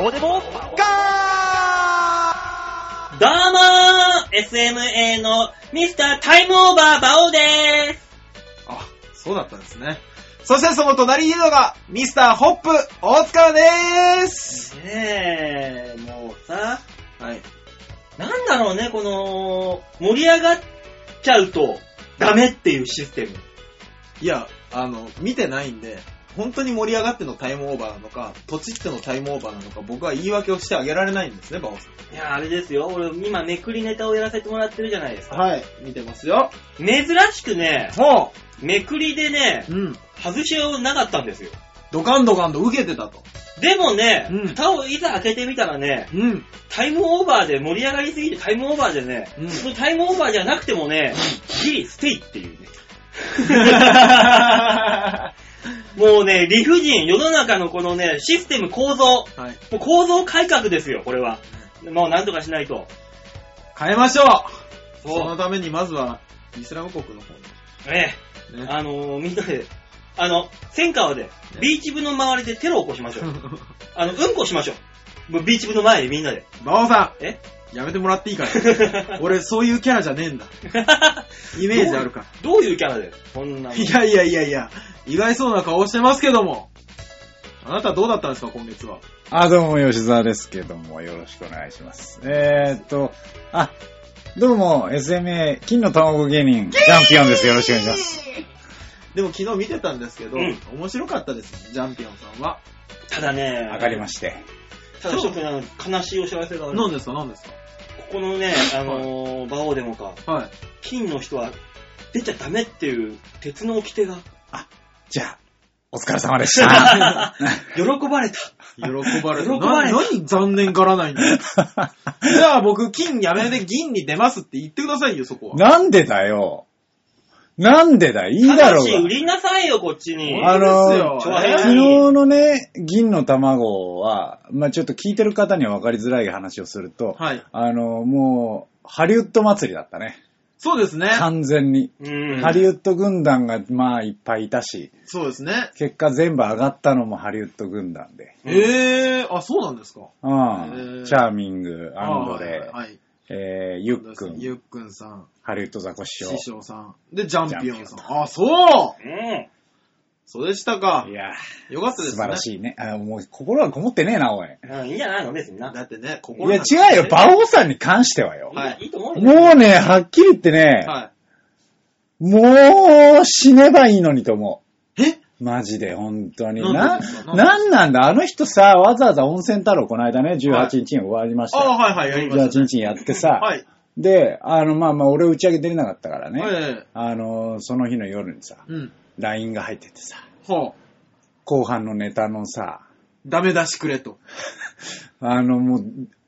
オデボガどうもー !SMA のミスタータイムオーバーバオでーすあ、そうだったんですね。そしてその隣にいるのが、ミスターホップ、大塚でーす。ねえ、もうさ、はい。なんだろうね、この、盛り上がっちゃうとダメっていうシステム。いや、あの、見てないんで、本当に盛り上がってのタイムオーバーなのか、ポチってのタイムオーバーなのか、僕は言い訳をしてあげられないんですね、バオさいや、あれですよ、俺今めくりネタをやらせてもらってるじゃないですか。ん。はい。見てますよ。珍しくね、ほめくりでねう。、うん。外しようなかったんですよ。ドカンドカンと受けてたと。でもね、うん蓋をいざ開けてみたらね、うん。タイムオーバーで盛り上がりすぎてタイムオーバーでね、うんそのタイムオーバーじゃなくてもね、ギリステイって いうね。もうね、理不尽、世の中のこのね、システム構造、はい。もう構造改革ですよ、これは。もうなんとかしないと。変えましょうそうそのためにまずは、イスラム国の方ね、に。ね。あのー、みんなで、あの、千川で、ビーチ部の周りでテロを起こしましょう。あの、うんこしましょう。もうビーチ部の前でみんなで。 バオさえん、やめてもらっていい かな俺、そういうキャラじゃねえんだ。イメージあるか どういうキャラでこんなら。のいやいやいやいや、意外そうな顔してますけども。あなたどうだったんですか、今月は。あ、どうも、吉沢ですけども、よろしくお願いします。えーっと、あ、どうも、SMA、金の卵芸人、ジャンピオンです。よろしくお願いします。でも昨日見てたんですけど、うん面白かったですね、ジャンピオンさんは。ただね、上がりまして。ただ一つねあの悲しいお知らせがある。何ですか、何ですここのね、あのー、馬王でもか、か。はい。金の人は出ちゃダメっていう鉄の掟が、じゃあ、お疲れ様 でした。喜ばれた。喜ばれ喜る。ばれなる何残念がらないんだ よ。じゃあ僕、金やめて銀に出ますって言ってくださいよ、そこは。なんでだよ。なんでだいいだただろし、売うりなさいよ、こっちに。が。あの本、当ですよ昨日のね、銀の卵は、まあちょっと聞いてる方には分かりづらい話をすると、はい。あの、もう、ハリウッド祭りだったね。そうですね。完全に。うん。ハリウッド軍団が、まあ、いっぱいいたし、そうですね。結果全部上がったのもハリウッド軍団で。うんえー、あ、そうなんですか。うへーん。チャーミング、アンドレあ、はいはい。えー、ユックン、ゆっくんさん、ハリウッドザコシショ師匠さん、で、ジャンピオンさジャンピオンん。あ、そううん。そうでしたかウ。い。やよかっー、たですね。素晴らしいね。あもう心がこもってねえな、おい。うんいいんじゃないの別にな。だってね、い心や、なんてね違うよ。馬王さんに関してはよ。はいいいと思うよ。もうね、はっきり言ってね、はもう死ねばいいのにと思い。えう。マジで、本当に。なんなでです、かなんなんだ、あの人さ、わざわざ温泉太郎この間ね、18日に終わりましたあよ。はいはい、やりまし18たね。日にやってさ、はい。で、あの、まあまあ、俺打ち上げ出れなかったからね。ええあの、その日の夜にさ、うん。 LINE が入っててさ、ほう。後半のネタのさ、ダメ出しくれと。あの、もう、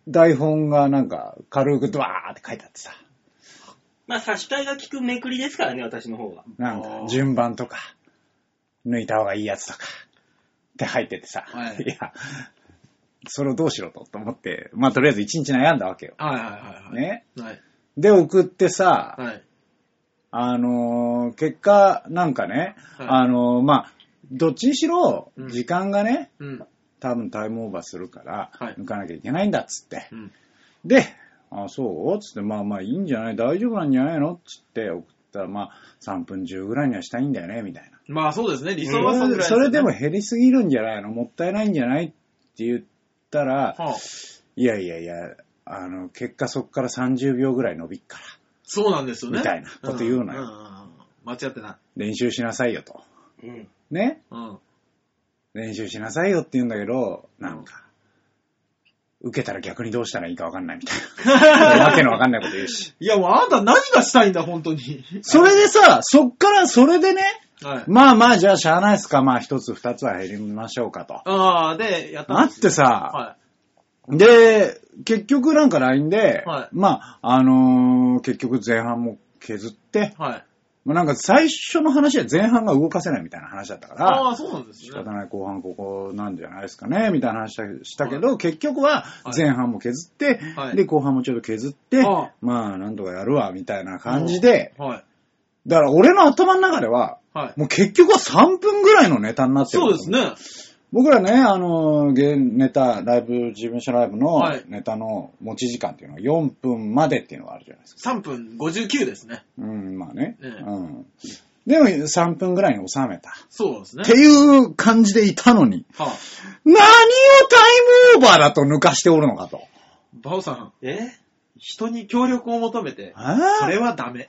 台本がなんか、軽くドワーって書いてあってさ、まあ、差し替えが効くめくりですからね、私の方が。なんあーか、順番とか、抜いた方がいいやつとか、って入っててさ、はいや、それをどうしろと、と思って、まあ、とりあえず一日悩んだわけよ。はいはいはい。はい。ね。はい。で、送ってさ、はい。あのー結果、なんかね、はいあのーまあ、どっちにしろうん、時間がね、うん。多分タイムオーバーするからはい、抜かなきゃいけないんだっつって。うん。で、あ、そうつって、まあまあいいんじゃない大丈夫なんじゃないのつって送ったら、まあ、3分10ぐらいにはしたいんだよね、みたいな。まあそうですね、理想はそそんぐれらいすそよねれでも、減りすぎるんじゃないのもったいないんじゃないって言ったら、はあ、いやいやいや、あの、結果そっから30秒ぐらい伸びっから、そうなんですよね。みたいなこと言うのよんんん間違ってない。練習しなさいよと。うん。ねうん。練習しなさいよって言うんだけど、なんか、受けたら逆にどうしたらいいかわかんないみたい な。わけのわかんないこと言うし。いや、もうあんた何がしたいんだ、本当に。それでさ、そっから、それでね、はい。まあまあ、じゃあしゃあないっすか、まあ一つ二つは減りましょうかと。ああ、で、やったんなでっすよてさ、はで、結局なんか LINE で、はいまあ、あのー結局前半も削って、い。はい。まあなんか最初の話は前半が動かせないみたいな話だったから、ああ、そうなんです仕ね。方ない後半ここなんじゃないですかね、みたいな話したけど、結局は前半も削って、はいで、後半もちょっと削って、ああまあ、なんとかやるわ、みたいな感じで、はい。だから俺の頭の中では、はい。もう結局は3分ぐらいのネタになってるそうですね。僕らね、あの、ゲネタ、ライブ、事務所ライブのはいネタの持ち時間っていうのは4分までっていうのがあるじゃないですか。 3分59ですね。うん、まあね。ええうん。でも3分ぐらいに収めた。そうですねって。いう感じでいたのに、はあ、何をタイムオーバーだと抜かしておるのかと。バオさん、え人に協力を求めて、そあれはダメ。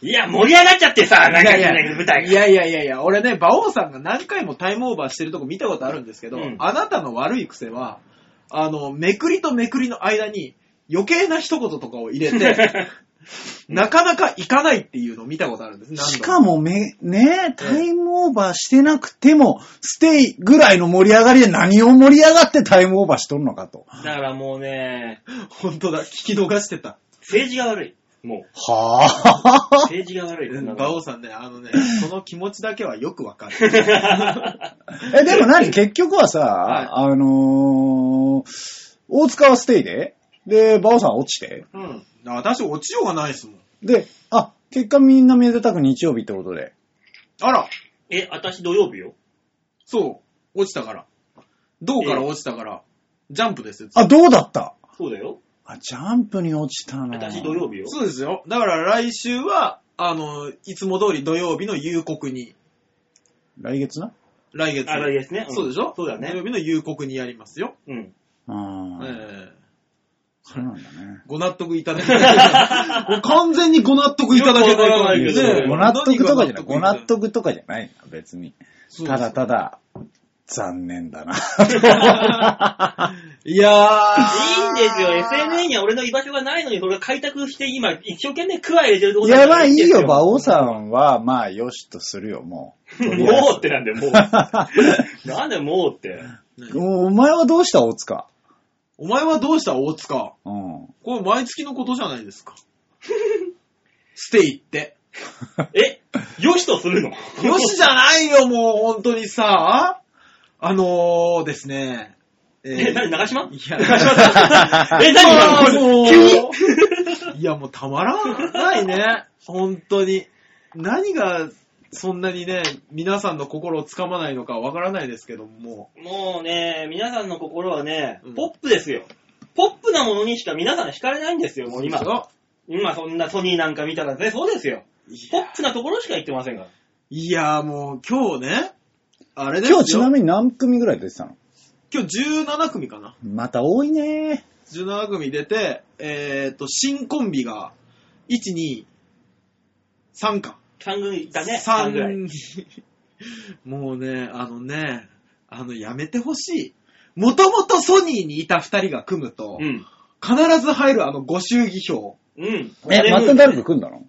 いや、盛り上がっちゃってさ、なんかい知やらないいけやど舞台いやいやいやいや、俺ね、馬王さんが何回もタイムオーバーしてるとこ見たことあるんですけど、うんあなたの悪い癖は、あの、めくりとめくりの間に余計な一言とかを入れ て、なかなかいかないっていうのを見たことあるんです。何度しかもめ、ね、タイムオーバーしてなくても、ステイぐらいの盛り上がりで何を盛り上がってタイムオーバーしとるのかと。だからもうね、本当だ、聞き逃してた。政治が悪い。もう、はぁ、政治が悪い。こんなの馬王さんね、あのね、その気持ちだけはよくわかる。 え、でも何結局はさ、はいあのー、大塚はステイで、で、バオさんは落ちて、うん。私落ちようがないですもん。で、あ、結果みんなめでたく日曜日ってことで。あら、え、私土曜日よ。そう、落ちたから。銅から落ちたから、ジャンプですよ。あ、どうだったそうだよ。あ、ジャンプに落ちたな。私土曜日よ。そうですよ。だから来週は、あの、いつも通り土曜日の夕刻に、来月な来月。あれですね。んそうでしょそうだ土曜ね。日の夕刻にやりますよ。うん。ああ、ええそうなんだね。ご納得いただけた。もう完全にご納得いただけよくわからないけどねえご納得とか じゃない。ご納得得とかじゃないな、別に。そうただただ、残念だな。いやいいんー。ですよ。SNA には俺の居場所がないのに、それが開拓して今、一生懸命クワ入れてるとこいろや、まあいいよ、馬バ王さんは、まあ、よしとするよ、もう。とりあえもうってなんだよ、 もう。なんでもうって。ずおお前はどうした、大塚。お前はどうした大塚。 うん。これ毎月のことじゃないです か。ステイって。え、よしとするのよしじゃないよ、もう、本当にさ。あのー、ですね。えー え、何、長島いや、 え、まあ何もう急にいや、もうたまらないね。本当に。何がそんなにね、皆さんの心をつかまないのかわからないですけども。もうね、皆さんの心はねうん、ポップですよ。ポップなものにしか皆さん惹かれないんですよ、もう今。今そんなソニーなんか見たらね、そうですよ。いポやップなところしか言ってませんから。いや、もう今日ね、あれですよ。今日ちなみに何組ぐらい出てたの今日17組かな。また多いね。 17組出て、えー、っと、新コンビが、1、2、3か。 3軍だね、3ぐらい。 3、もうね、あのね、あの、やめてほしい。もともとソニーにいた2人が組むと、うん。必ず入るあのご祝儀表。うん。え、また誰か来んだろ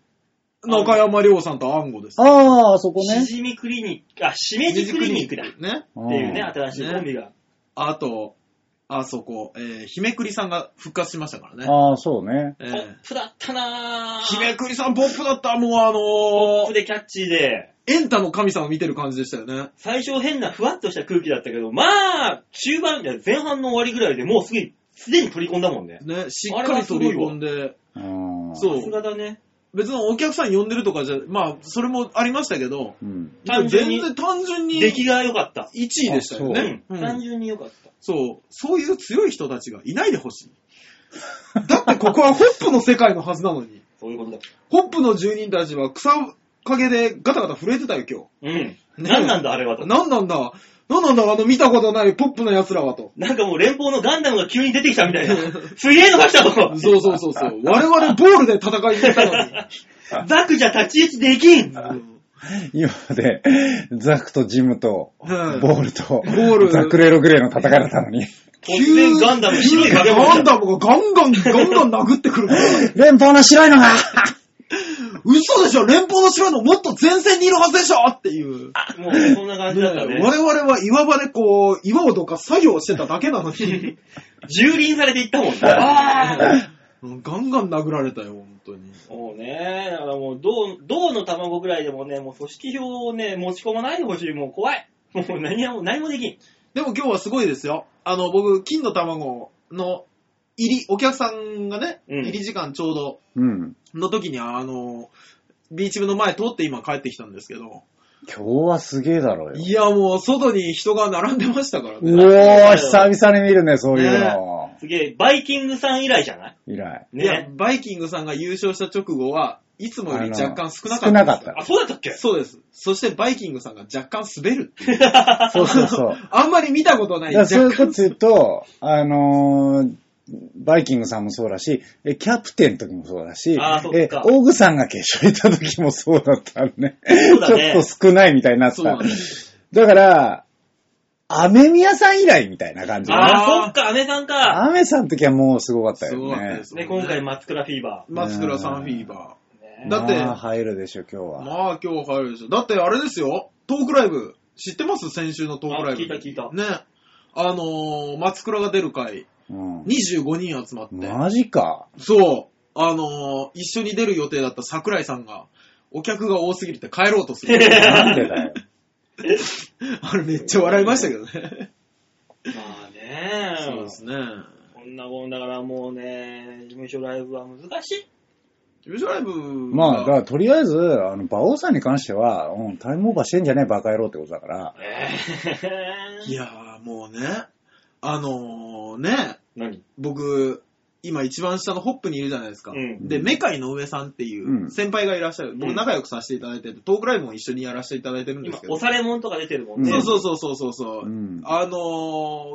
中山亮さんと暗号です。ああ、あそこしね。じみクリニック、あ、しめじクリニックだ。っね。っていうね、新しいコンビが。あと、あそこ、えー、ひめくりさんが復活しましたからね。ああ、そうね。えポーップだったなぁ。ひめくりさんポップだった、もうポあッのプー、でキャッチーで、エンタの神様見てる感じでしたよね。最初変なふわっとした空気だったけど、まあ、中盤、いや前半の終わりぐらいでもうすぐ、すでに取り込んだもんね。ね、しっかり取り込んで、うんそうさすがだね。別のお客さん呼んでるとかじゃ、まあ、それもありましたけど、うん。単純に全然単純に出来1が良かった。位でしたよあね。ううんん、単純に良かった。そう、そういう強い人たちがいないでほしい。 だってここはホップの世界のはずなのに。そういうことだ。ホップの住人たちは草陰でガタガタ震えてたよ、今うん。何なんだ、あれは日。と。なんなんだなんなんだあの見たことないポップな奴らはと。なんかもう連邦のガンダムが急に出てきたみた いな。すげえのが来たと。そうそうそうそう。 我々ボールで戦いに行ったのに。ザクじゃ立ち位置できん。 うん今まで、ザクとジムと、ボうんールと、ールザクレログレーの戦いだったのに、突然ガンダム、急白にい壁ガンも。ダムがガンガン、ガンガン殴ってくるから。連邦の白いのが嘘でしょ連邦の白いのもっと前線にいるはずでしょっていう。もうねそんな感じだったねね我。々は岩場でこう、岩をどかす作業をしてただけなの に、蹂躙されていったもんね。うんガンガン殴られたよ、本当に。そうね。だからもう、銅、銅の卵ぐらいでもね、もう組織票をね、持ち込まないでほしい。もう怖い。もう何も、何もできん。でも今日はすごいですよ。あの、僕、金の卵の入り、お客さんがね、うん入り時間ちょうどうん。の時に、あの、ビーチ部の前通って今帰ってきたんですけど、今日はすげえだろうよ。いや、もう外に人が並んでましたからうね。おー、久々に見るね、そういうの。すげえ、バイキングさん以来じゃない以来。いやね。、バイキングさんが優勝した直後は、いつもより若干少なかった。少なかったあ、そうだったっけそうです。そしてバイキングさんが若干滑るっていう。そうそうそう。 あんまり見たことなだい。から若そういうこ干。と言うと、あのーバイキングさんもそうだし、えキャプテンの時もそうだし、あーそっかえオグさんが決勝行った時もそうだったのね。そうだね ちょっと少ないみたいになっそうなたん。です。だから、アメミヤさん以来みたいな感じだね。ああ、そっか、アメさんか。アメさんの時はもうすごかったよすごかったねで。すね、今回松倉フィーバ松倉さんフィーバー。ねだってまあ入るでしょ、今日ー。は。まあ今日入るでしょ。だってあれですよ、トークライブ。知ってます先週のトークラあイブ。聞いた聞いたね。あのー、松倉が出る回、うん25人集まって。マジか。そう。あのー、一緒に出る予定だった桜井さんが、お客が多すぎるって帰ろうとする。 なん でだよ。あれめっちゃ笑いましたけどね。まあねそうですね。こんなもんだからもうね、事務所ライブは難しい。事務所ライブがまあ、だからとりあえず、あの、馬王さんに関しては、うん、タイムオーバーしてんじゃねえ、バカ野郎ってことだから。えいやーもうね、あのー、ね、何僕、今一番下のホップにいるじゃないですか。うんで、メカイの上さんっていううん先輩がいらっしゃる。う僕ん仲良くさせていただいてて、トークライブも一緒にやらせていただいてるんで今すけ、ど。押されもんとか出てるもんね。そううそうそうそうそう。ううんあの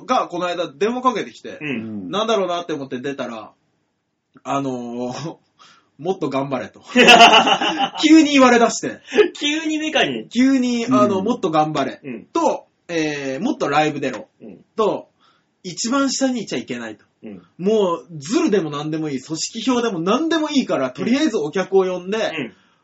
ー、が、この間電話かけてきう。て、うんんなんだろうなって思って出たら、あのー、 もっと頑張 れと。急に言われ出して、急にメカに。急に、あの、うんもっと頑張れ。うん。と、えー、もっとライブ出ろ。うん。と、一番下にいちゃいけないと。うん。もう、ズルでも何でもいい、組織票でも何でもいいから、とりあえずお客を呼んで、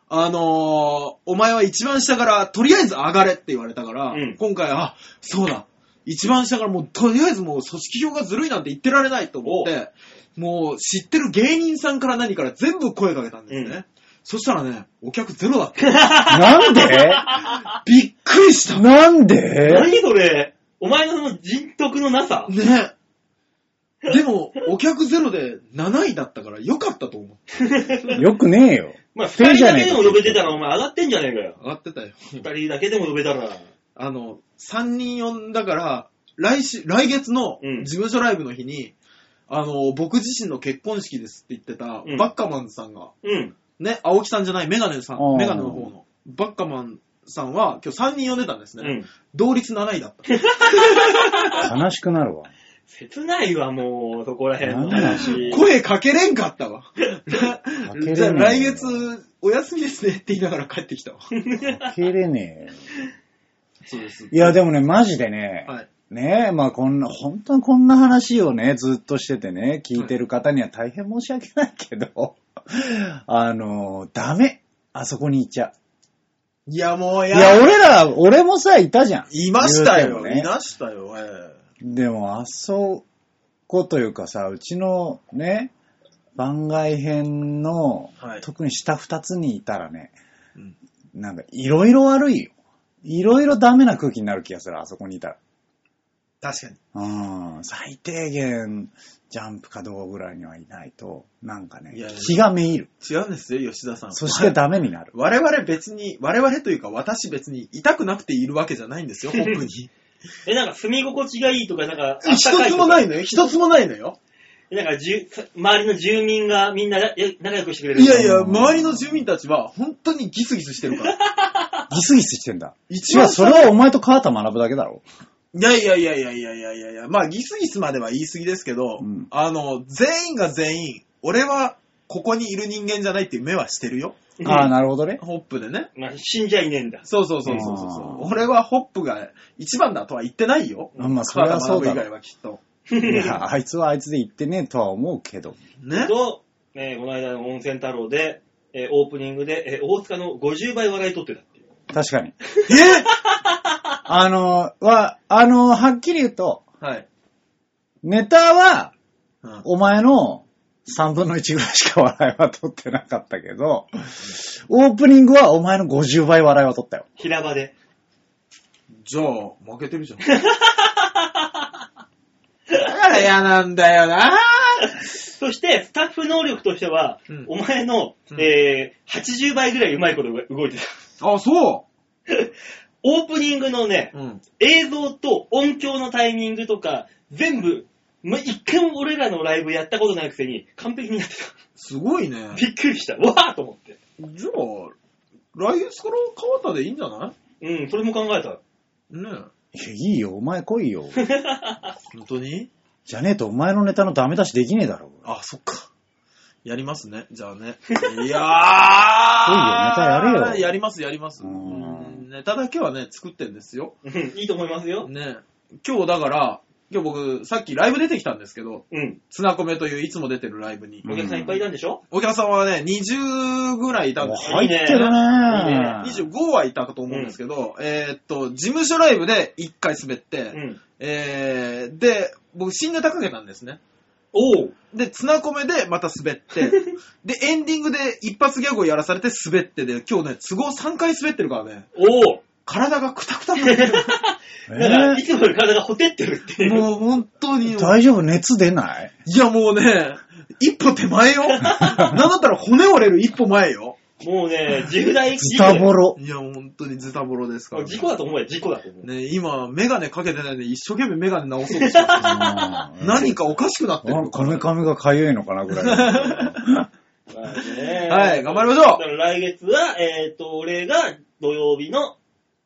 あのー、お前は一番下から、とりあえず上がれって言われたから、うん今回、あ、そうだ。一番下からもう、とりあえずもう組織票がずるいなんて言ってられないと思って、もう知ってる芸人さんから何から全部声かけたんですね。うんそしたらね、お客ゼロだ った。なん でびっくりした。なんで何それお前のその人徳のなさ。ね。でも、お客ゼロで7位だったから良かったと思う。よくねえよ。まあ、そ二れ人じゃだねえけでも呼べてたらお前上がってんじゃねえかよ。上がってたよ。二人だけでも呼べたら。あの、3人呼んだから、来週、来月のうん事務所ライブの日に、あの、僕自身の結婚式ですって言ってた、うんバッカマンズさんが、うん。ね、青木さんじゃない、メガネさあーん、メガネの方の、バッカマンさんは今日3人呼んでたんですうね。ん。同率7位だった。悲しくなるわ。切ないわ、もう、そこら辺の話。声かけれんかったわ。かけれねえよじゃあ来月、お休みですねって言いながら帰ってきたわ。かけれねえよ。そうです。いや、でもね、マジでね、はい。ねえ、まあこんな、本当にこんな話をね、ずっとしててね、聞いてる方には大変申し訳ないけど、 あの、ダメ。あそこに行っちゃいや、もうう。や、いや、俺ら、俺もさ、いたじゃん。いましたよ、言うてもねいましたよ、えでも、あそこというかさ、うちのね、番外編の、はい特に下二つにいたらね、うんなんかいろいろ悪いよ。いろいろダメな空気になる気がする、あそこにいたら。え確かに。うん、最低限、ジャンプかどうぐらいにはいないと、なんかねいやいや、気がめいる。違うんですよ、吉田さん。そしてダメになる。我々別に、我々というか私別に痛くなくているわけじゃないん ですよ、本部に。え、なんか住み心地がいいとか、なんか、あっ一たかいつともかないのよ、一つもないのよ。えなんかじゅ、周りの住民がみんなや仲良くしてくれる。いやいや、周りの住民たちは本当にギスギスしてるから。ギスギスしてん だ。一いや、番それはお前と川田学ぶだけだろ。いやいやいやいやいやいやいやいや、まあギスギスまでは言い過ぎですけど、うんあの、全員が全員、俺はここにいる人間じゃないっていう目はしてるうよ。んああ、なるほど ね。ホップでね。まあ、死んじゃいねえんだ。そうそうそうそうそうそあう。ー俺はホップが一番だとは言ってないよ。うんまあ、それはそう川田学だ以ろ外。はきっと。いや、あいつはあいつで言ってねえとは思うけど。ね。と、えーこの間の温泉太郎で、えーオープニングで、えー大塚の50倍笑い取ってたっていう。確 かに。えあの、は、あの、はっきり言うと、はい。ネタは、うんお前の3分の1ぐらいしか笑いは取ってなかったけど、オープニングはお前の50倍笑いは取ったよ。平場 で。じゃあ、負けてるじゃん。だから嫌なんだよなそして、スタッフ能力としては、うんお前の、うんえー80倍ぐらいうまいことが動いてた。あ、そオープニングのね、うん。映像と音響のタイミングとか、全部、ま一回も俺らのライブやったことないくせに、完璧にやってた。すごいね。びっくりした。わーと思って。じゃあ、来月から川田でいいんじゃないうん、それも考えた。ねいやいいよ、お前来いよ。本当にじゃねえとお前のネタのダメ出しできねえだろ。あ、そっか。やりますね。じゃあね。いやー。いいよネタやれよやります、やります。うーんうんネタだけはね、作ってんですよ。うんいいと思いますよ。ね今日だから、今日僕、さっきライブ出てきたんですけど、うん。つなこめといういつも出てるライブに。お客さんいっぱいいたんでしょお客さんはね、20ぐらいいたんもうですよ。入ってるいいねね。 25はいたかと思うんですけど、えーっと、事務所ライブで1回滑って、うん。えー、で、僕、新ネタかけたんですね。おう。で、ツナコメでまた滑って、で、エンディングで一発ギャグをやらされて滑ってで、今日ね、都合3回滑ってるからね、おう。体がクタクタになってる。だから、えいつもより体がほてってる っていう。もう本当に。ーい大丈夫熱出ないやもうね、一歩手前よ。なんだったら骨折れる一歩前よ。もうね、重大ズタ ボロ。いや、本当にズタボロですから、事故だと思うよ、事故 だと思う。ね、今、メガネかけてないんで、一生懸命メガネ直そうとしてる何かおかしくなってるあのこなめかみがかゆいのかなぐら い。まあねはい頑張りましょうだから来月は、えっ、と、俺が土曜日の、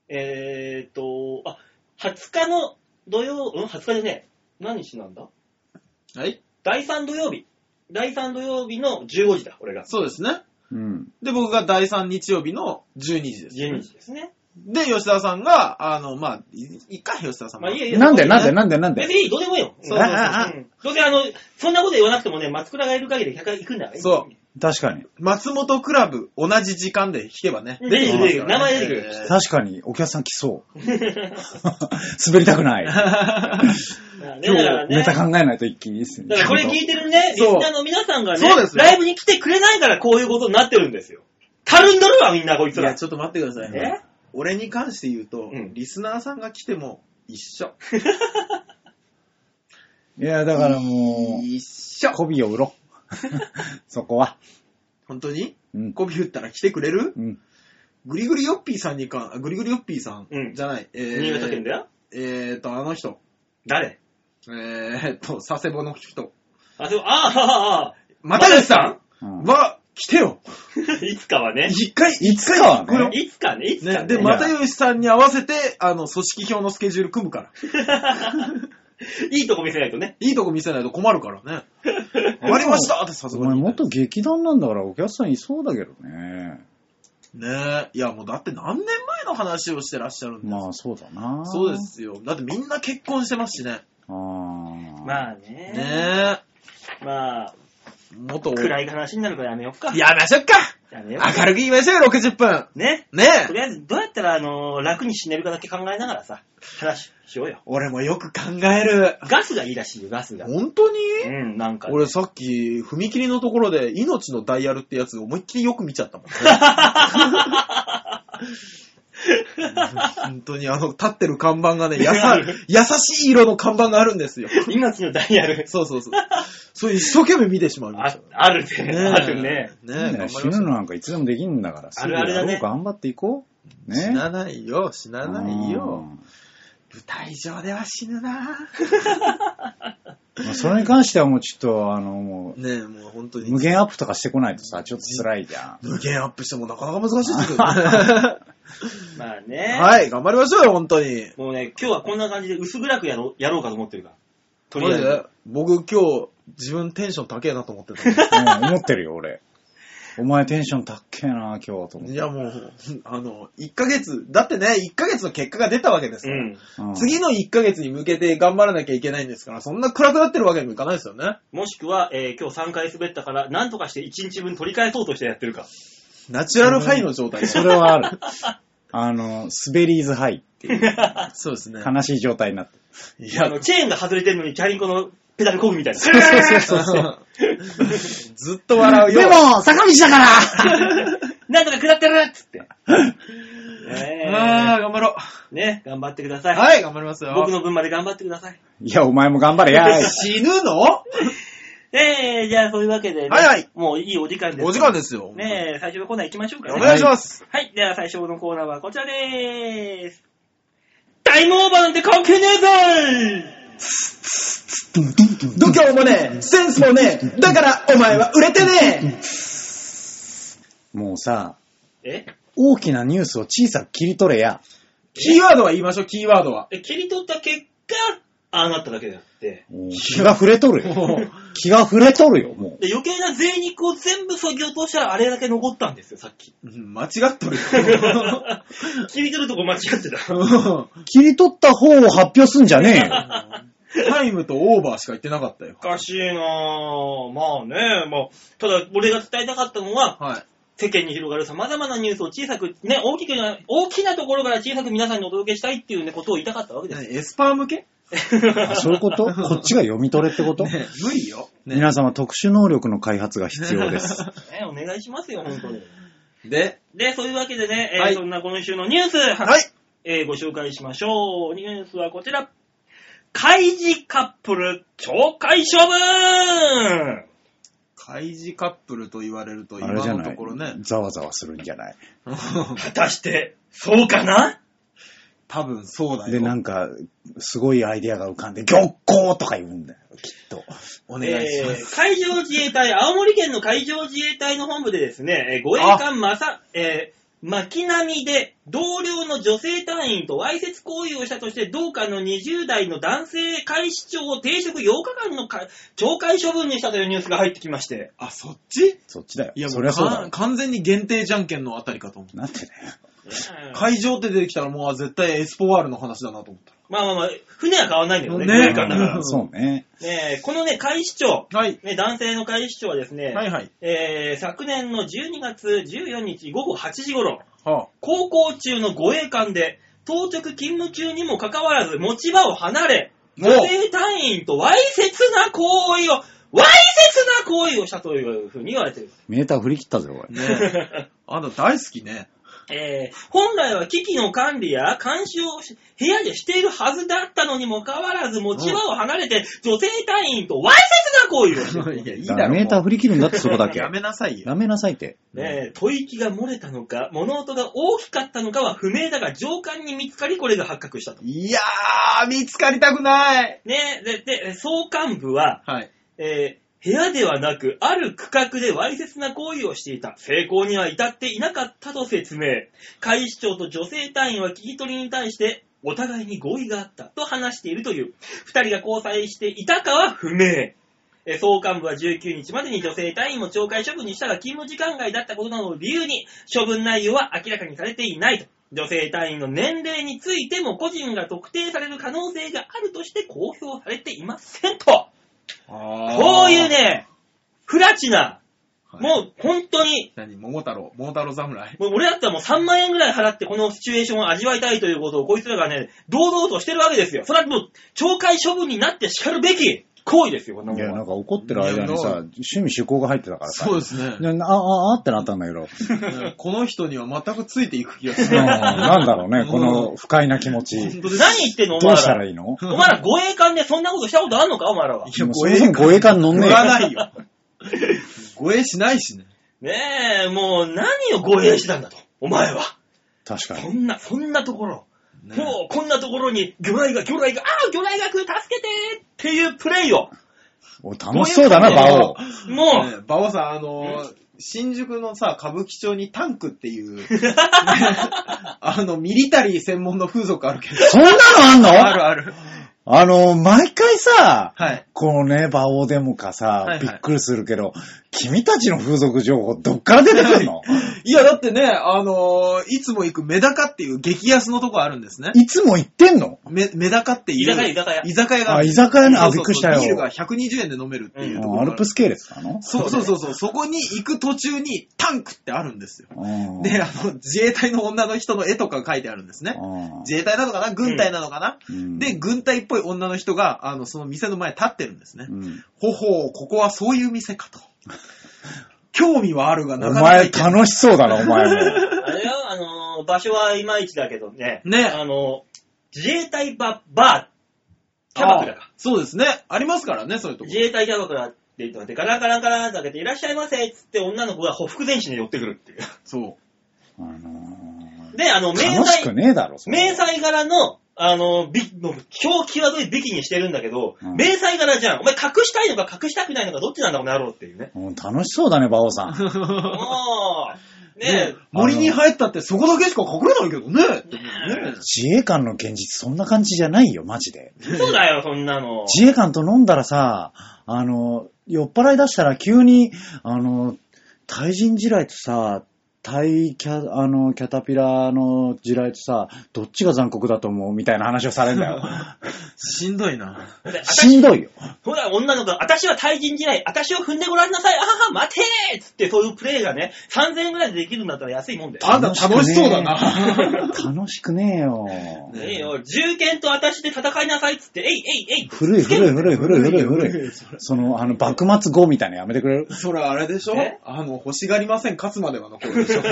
えっ、と、あ、20日の土曜、うん、20日でね、何日なんだはい。第3土曜日。第3土曜日の15時だ、俺が。そうですね。うん。で、僕が第3日曜日の12時です。 12時ですね。で、吉田さんが、あの、まあ、いいっか、吉田さんまも。あいいやいいやなんでなんでなんでなんで別にどうでもいいよ。そうそうそうああんどうせあの、そんなこと言わなくてもね、松倉がいる限り100回行くんだから。そ確かに。松本クラブ、同じ時間で弾けばね。出てくるでき出てくるますからね名前出てくえー確かに、お客さん来そう。滑りたくな い。まあね今だから日、ね。ネタだ考えないと一気にですね。からこれ聞いてるね、リそうスナーの皆さんがねそうです、よライブに来てくれないからこういうことになってるんですよ。たるんどるわ、みんな、こいついや、ら。ちょっと待ってくださいえね。俺に関して言うと、うんリスナーさんが来ても一緒。いや、だからもう、一緒。媚びを売ろう。 そこは。本当にうん。コビ打ったら来てくれるうん。グリグリヨッピーさんにか、あグリグリヨッピーさん、うんじゃない。えー新潟県だよ。えーと、あの人。誰えーと、佐世保の人。あ、そう、ああ、ああ、あ又吉さうんんは来てよ。あ、 いつかはね。一回、いつかはこれね、いつかね、いつかね、ね。で、ま又吉さんに合わせて、あの、組織表のスケジュール組むから。 いいとこ見せないとね。いいとこ見せないと困るから ね。終わりましたってさすおがに前ね。元劇団なんだからお客さんいそうだけどね。ねえ。いや、もうだって何年前の話をしてらっしゃるんですまあそうだな。そうで。すよ。だってみんな結婚してますしね。あーまあね。ねまあ、え。元を。暗い話になるからやめよっか。やめましょうかやめよう。明るく言いましょうよ、60分ね。ねとえりあえず、どうやったら、あの、楽に死ねるかだけ考えながらさ、話しようよ。俺もよく考える。ガスがいいらしいよ、ガスが。本当にうん、なんか。俺さっき、踏切のところで、命のダイヤルってやつ思いっきりよく見ちゃったもんね。本当にあの、立ってる看板がね、やさ、優しい色の看板があるんですよ。 命のダイヤル。そうそうそう。それ一生懸命見てしまいましあた。、あるね。えあるね。ねえ、ね頑張りまし死ぬのたなんかいつでもできんだから、あるあるだねすぐやろう頑張っていこう。ね。死なないよ、死なないよ。うん。舞台上では死ぬなまあそれに関してはもうちょっと、あの、もねえ、もう本当う、に。無限アップとかしてこないとさ、ちょっと辛い じゃん。無限アップしてもなかなか難しいですけどね。まあね。はい、頑張りましょうよ、本当に。もうね、今日はこんな感じで薄暗くやろう、やろうかと思ってるから。とマりあえジでず。僕今日、自分テンション高えなと思ってた。 うん思ってるよ、俺。お前テンション高えな、今日と思って。いやもう、あの、1ヶ月、だってね、1ヶ月の結果が出たわけですうから。ん。うん次の1ヶ月に向けて頑張らなきゃいけないんですから、そんな暗くなってるわけにもいかないですよね。もしくは、えー今日3回滑ったから、なんとかして1日分取り返そうとしてやってるか。ナチュラルハイの状態それはある。あの、滑りーズハイっていう、そうですね。悲しい状態になって る。い あの、チェーンが外れてるのに、キャリンコのペダルこぐみたいな。そうそうそう。 ずっと笑うよ。坂道だから なんとか下ってるっつっ て。ねああ、頑張ろえね、頑張ってくだう。さい。はい、頑張りますよ。 僕の分まで頑張ってください。 いや、お前も頑張れやーい。死ぬのえー、じゃあ、そういうわけでね、はいはいもういいお時間です。お時間ですよ。ねえ、最初のコーナー行きましょうかおね。願いします。はい、では最初のコーナーはこちらでーす。タイムオーバーなんて関係ねえぞ度胸もねえ、センスもねえ、だからお前は売れてねもうさ、え大きなニュースを小さく切り取れや。えキーワードは言いましょう、キーワードは。え、切り取った結果、ああなっただけじゃなくて、気が触れとるよ。気が触れとるよ、もで余計な贅肉を全部削ぎ落としたらあれだけ残ったんですよ、さっき。うん間違っとるよ。 切り取るとこ間違ってた。う。切り取った方を発表すんじゃね えよ。タイムとオーバーしか言ってなかったよお。かしいなぁ。まあね、まあ、ただ俺が伝えたかったのは、はい。世間に広がる様々なニュースを小さく、ね、大きくな、大きなところから小さく皆さんにお届けしたいっていうね、ことを言いたかったわけです。エスパー向け、ねあそういうことこっちが読み取れってこと、え、無理よ。ね皆様特殊能力の開発が必 要です。ね、お願いしますよ、本当に。で、で、そういうわけでね、えーはいそんな今週のニュース、はい。えーご紹介しましょう。ニュースはこちら。開示カップル、懲戒処分開示カップルと言われるとあ今れじゃのなといころね。 ざわざわするんじゃない果たして、そうかな多分そうだよ。で、なんか、すごいアイデアが浮かんで、玉光とか言うんだよ、きっと。お願いします。えー海上自衛隊、青森県の海上自衛隊の本部でですね、えー護衛艦まさ、えー巻波で同僚の女性隊員とわいせつ行為をしたとして、同館の20代の男性海士長を停職8日間のか懲戒処分にしたというニュースが入ってきまして。あ、そっちそっちだよ。いやもそうりゃそうだかろん。完全に限定じゃんけんのあたりかと思った。なんてだよ。会場って出てきたらもう絶対エスポワールの話だなと思っまあまあまあ、船は買わないんだよね、ね護衛艦だから。そうね。ねえこのね、海士長、た。はい。ね、男性の海士長はですね、はいはい。えー昨年の12月14日午後8時頃、は航行中の護衛艦で、当直勤務中にもかかわらず持ち場を離れ、お女性隊員とわいせつな行為を、わいせつな行為をしたというふうに言われている。メーター振り切ったぜ、おい。あ。ねえ。あんた大好きね。えー本来は機器の管理や監視をし部屋でしているはずだったのにもかかわらず持ち場を離れて、女性隊員とわいせつな行為をした。 いや、いいだだからろ。メーターも振り切るんだってそこだうけ。 やめなさいよ。やめなさいって。ねえ、吐息が漏れたのか、物音が大きかったのかは不明だが、上官に見つかりこれが発覚したと。いやー、見つかりたくない。ねえ、で、で、総幹部は、はい。えー部屋ではなく、ある区画でわいせつな行為をしていた。成功には至っていなかったと説明。会市長と女性隊員は聞き取りに対して、お互いに合意があったと話しているという。二人が交際していたかは不明。えー総幹部は19日までに女性隊員も懲戒処分にしたが勤務時間外だったことなどを理由に処分内容は明らかにされていないと。女性隊員の年齢についても個人が特定される可能性があるとして公表されていませんと。ここういう、ね、フラチな、はいもう本当に、何桃太郎桃太郎侍もう俺だったらもう3万円ぐらい払ってこのシチュエーションを味わいたいということをこいつらがね、堂々としてるわけですよ。それはもう、懲戒処分になって叱るべき行為ですよ、こんなもいや、なんんは。か怒ってる間にいやさ、な趣味趣向が入ってたからさ。そうですね。であ、あ、あってなったんだけど。 この人には全くついていく気がすうんる。なんだろうね、この不快な気持ち。本当です何言ってんのおど前うしたらら。いいのお 前ら護衛艦でそんなことしたことあんのかお前らは。いやもうそもそも護衛艦乗んね言えよわないよ。 護衛しないしね。ねえ、もう何を護衛してたんだと。お前は。確かそに。んな、そんなところ。ねもう、こんなところに、魚雷が、魚雷が、ああ、魚雷が来る、助けてーっていうプレイを。お楽しそうだな、護衛艦馬王。もう、ね馬王さん、あのー新宿のさ、歌舞伎町にタンクっていう、ねあの、ミリタリー専門の風俗あるけど。そんなの あんのあるある。あの、毎回さ、はい。このね、馬王でもいかはさい、びっくりするけど、君たちの風俗情報どっから出てく んのいや、だってね、あのーいつも行くメダカっていう激安のとこあるんですね。いつも行ってんのメメダカっていう。居酒屋居酒屋居酒屋があ、居酒屋ね、あ、そうびそっうくりしたよ。ビールが120円で飲めるっていうところうんがあアるルプス系列なのそうそうそうそう、そこに行く途中にタンクってあるんですよ。うんで、あの、自衛隊の女の人の絵とか書いてあるんですね。うん自衛隊なのかな軍隊なのかな、うんで、軍隊っぽい女の人が、あの、その店の前に立ってるんですね。うんほほう、ここはそういう店かと。 興味はあるが、なおかなか前行けない楽しそうだな、お前も。あれよ、あのー場所はいまいちだけどね。ねあのー自衛隊バ、バー、キャバクラあか。そうですね。ありますからね、そういうとこ自。衛隊キャバクラで、どうやってガランガランガランと開けて、いらっしゃいませっつって女の子がほふく前進で寄ってくるっていう。そあので、あの、ー、迷楽しく彩、ねえだろ、それ迷彩柄の、あの、ビの超際どいビキにしてるんだけど、うん迷彩柄じゃん。お前隠したいのか隠したくないのかどっちなんだこの野郎っていうね。うん楽しそうだね、馬王さん。 う。もう、ねね森に入ったってそこだけしか隠れないけどねって思うね自衛官の現実そんな感じじゃないよ、マジで。え、そうだよ、そんなの。自衛官と飲んだらさ、あの、酔っ払い出したら急に、あの、対人地雷とさ、対キャ、あの、キャタピラの地雷とさ、どっちが残酷だと思うみたいな話をされるんだよ。しんどいな。であたしんどいよ。ほら、女の子が、私は対人時代、私を踏んでごらんなさい、あはは、待てーっつって、そういうプレイがね、3000円ぐらいでできるんだったら安いもんだよ。あんた楽しそうだな。楽しくねえよ。ねねえよ、銃剣と私で戦いなさいっつって、えいえいえい古い古い古い古い古い古い。それその、あの、幕末号みたいなのやめてくれるそれあれでしょえあの、欲しがりません、勝つまでは残る でしょ。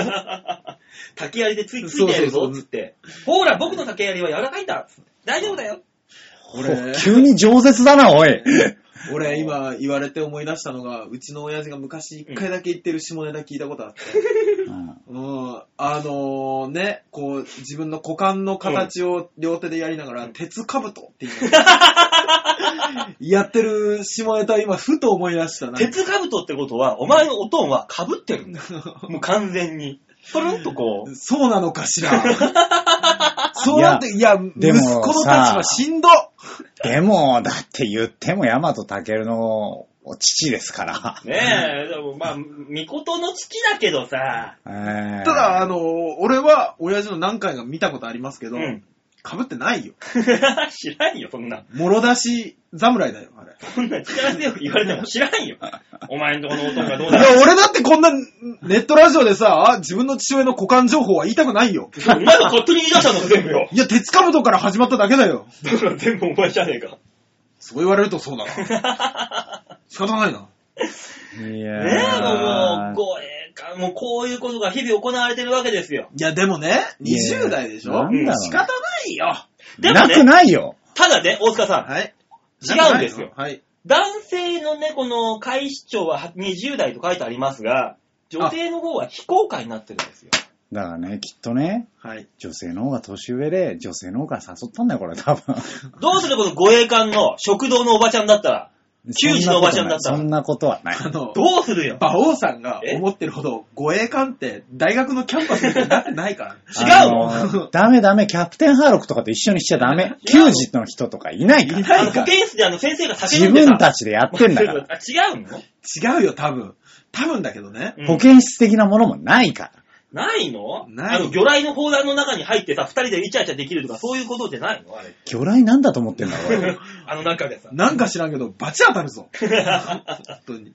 竹槍でついついてやるぞそうそうっそうつって、ほら、僕の竹槍は柔らかいんだっつって大丈夫だよ。俺、急に饒舌だな、お い。俺今言われて思い出したのが、うちの親父が昔一回だけ言ってる下ネタ聞いたことあって。うんうん、あのね、こう、自分の股間の形を両手でやりながら、鉄兜っていうのやってる下ネタ今、ふと思い出したな。鉄兜ってことは、お前のおとんは被ってるんだ よ。もう完全に。それんとこう、そうなのかしら。そうなって、いや、で息も子の立さ場しんどでも、だって言っても、ヤマトタケルのお父で すから。ねえ、でもまあ、みことの父だけどさ、えーただ、あの俺は親父の何回か見たことありますけうど、ん。 かぶってないよ。知らんよ、そんな。もろ出し侍だよ、あれ。そんな力強く言われても知ら んよ。お前んとこのおとんがどういやだ、俺だってこんなネットラジオでさ、自分の父親の股間情報は言いたくないよ。お前が勝手に言い出したんだぞ、全部よ。いや、鉄かぶとから始まっただけだよ。だから全部お前じゃねえか。そう言われるとそうだな。 仕方ないな。いやーねえ、もう、ごえか、もうこういうことが日々行われてるわけですよ。いや、でもね、いや20代でしょなんだろうな仕方ないよ。でもなねく、ないよ。ただね、大塚さん、はい。違うんですよはい。男性のね、この開始長は20代と書いてありますが、女性の方は非公開になってるんですよ。だからね、きっとね、はい。女性の方が年上で、女性の方から誘ったんだよ、これ、多 分。どうするこの護衛官の食堂のおばちゃんだったら、球児のおばちゃんだったらそんなことはない。あの、どうするよ。馬王さんがえ思ってるほど、護衛官って大学のキャンパスみたいになってないから。違うのあのダメダメ、キャプテンハーロックとかと一緒にしちゃダメ。 違うの球児の人とかいないかいら。なあいの、保健室であの先生が酒自飲んで分たさ、ちでやってんだから。あ違うの 違うよ、多分。多分だけどね。うん保健室的なものもないから。ないのないあの、魚雷の砲弾の中に入ってさ、二人でイチャイチャできるとか、そういうことじゃないのあ れ。魚雷なんだと思ってんだ、俺。あの中でさ。 なんか知らんけど、バチ当たるぞ。本当に。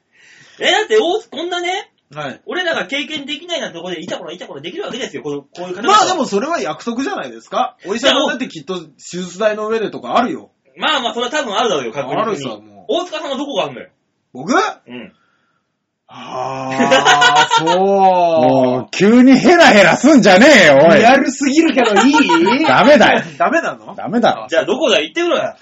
え、だって、おこんなね、はい。俺らが経験できないなんてとこで、いたこらいたこらできるわけですよ、このこういう方々まあでも、それは約束じゃないですか。お医者さんだってきっと手術台の上でとかあるよ。まあまあ、それは多分あるだろうよ、確ある実さ、に。もう。大塚さんはどこがあるんだよ。僕うん。ああ、もうそ、急にヘラヘラすんじゃねえよ、う。おいリ。アルすぎるけどいいダメだよ。 ダメなのダメだろ。じゃあ、どこだよ、行ってみろよ。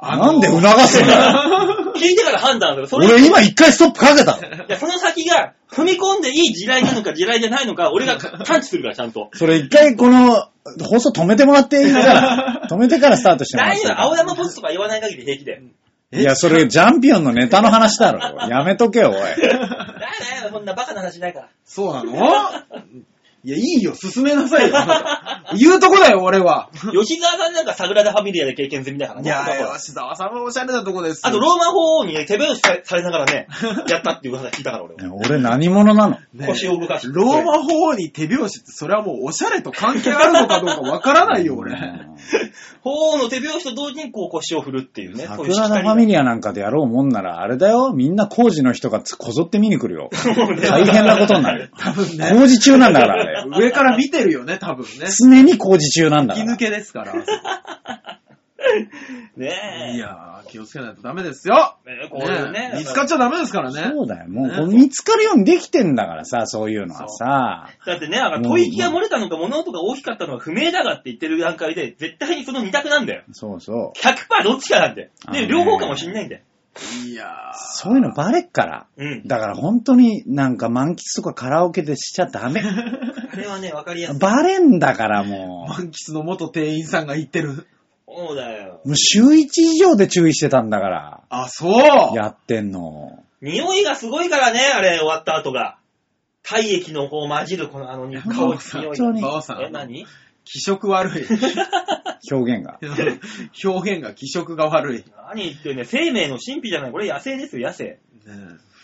なんで促すんだよ。聞いてから判断する。それ俺今一回ストップかけたの。いや、その先が、踏み込んでいい地雷なのか地雷じゃないのか、俺が探知するから、ちゃん と。それ一回この、放送止めてもらっていいから。 止めてからスタートしてもらっ大ていい丈か夫、ら青山ボスとか言わない限り平気だよ。 いや、それジャンピオンのネタの話だろ。やめとけよ、おい。だよだよ、そんなバカな話ないから。 そうなのいや、いいよ、進めなさいよ。あなた言うとこだよ、俺は。吉沢さんなんかサグラダ・ファミリアで経験済みだからいね。や男はー、吉沢さんもおしゃれなとこです。あと、ローマ法王にね、手拍子さされながらね、 やったっていう噂聞いたから、俺は。俺何者なのね腰を動かしてローマ法王に手拍子って、それはもうおしゃれと関係あるのかどうかわからないよ、俺。法王の手拍子と同時にこう腰を振るっていうね。そういうし桜きた田りファミリアなんかでやろうもんなら、あれだよ、みんな工事の人がつこぞって見に来るよ。 大変なことになるよ。 多分ね、工事中なんだから、あれ。 上から見てるよね、多分ね。常に工事中なんだ吹かきら抜。けですから。 ねえ。いやー、気をつけないとダメですよ。ねえこういうねね。見つかっちゃダメですからね。そうだよ、もうねこう見つかるようにできてんだからさ、そういうのはさ。だってね、なんか吐息が漏れたのか物音が大きかったのは不明だがって言ってる段階で、絶対にその二択なんだよ。そうそ100%どっちかなんだよ。あのねで、両方かもしんないんだよ。いやそういうのバレっから。うん。だから本当になんか満喫とかカラオケでしちゃダ メ。あれはね、わかりやすい。バレんだからも満喫の元店員さんが言ってる。そうだよう。。もう週1以上で注意してたんだ から。あ、そうやってんの。匂いがすごいからね、あれ終わった後が。体液のこう混じる、このあのに香もりうさ匂い本当にが。馬王さえ、ん、何気色 悪い。表 現が。表現が気色が悪い、ね何言ってんね生命の神秘じゃない。これ野生ですよ、野 生。え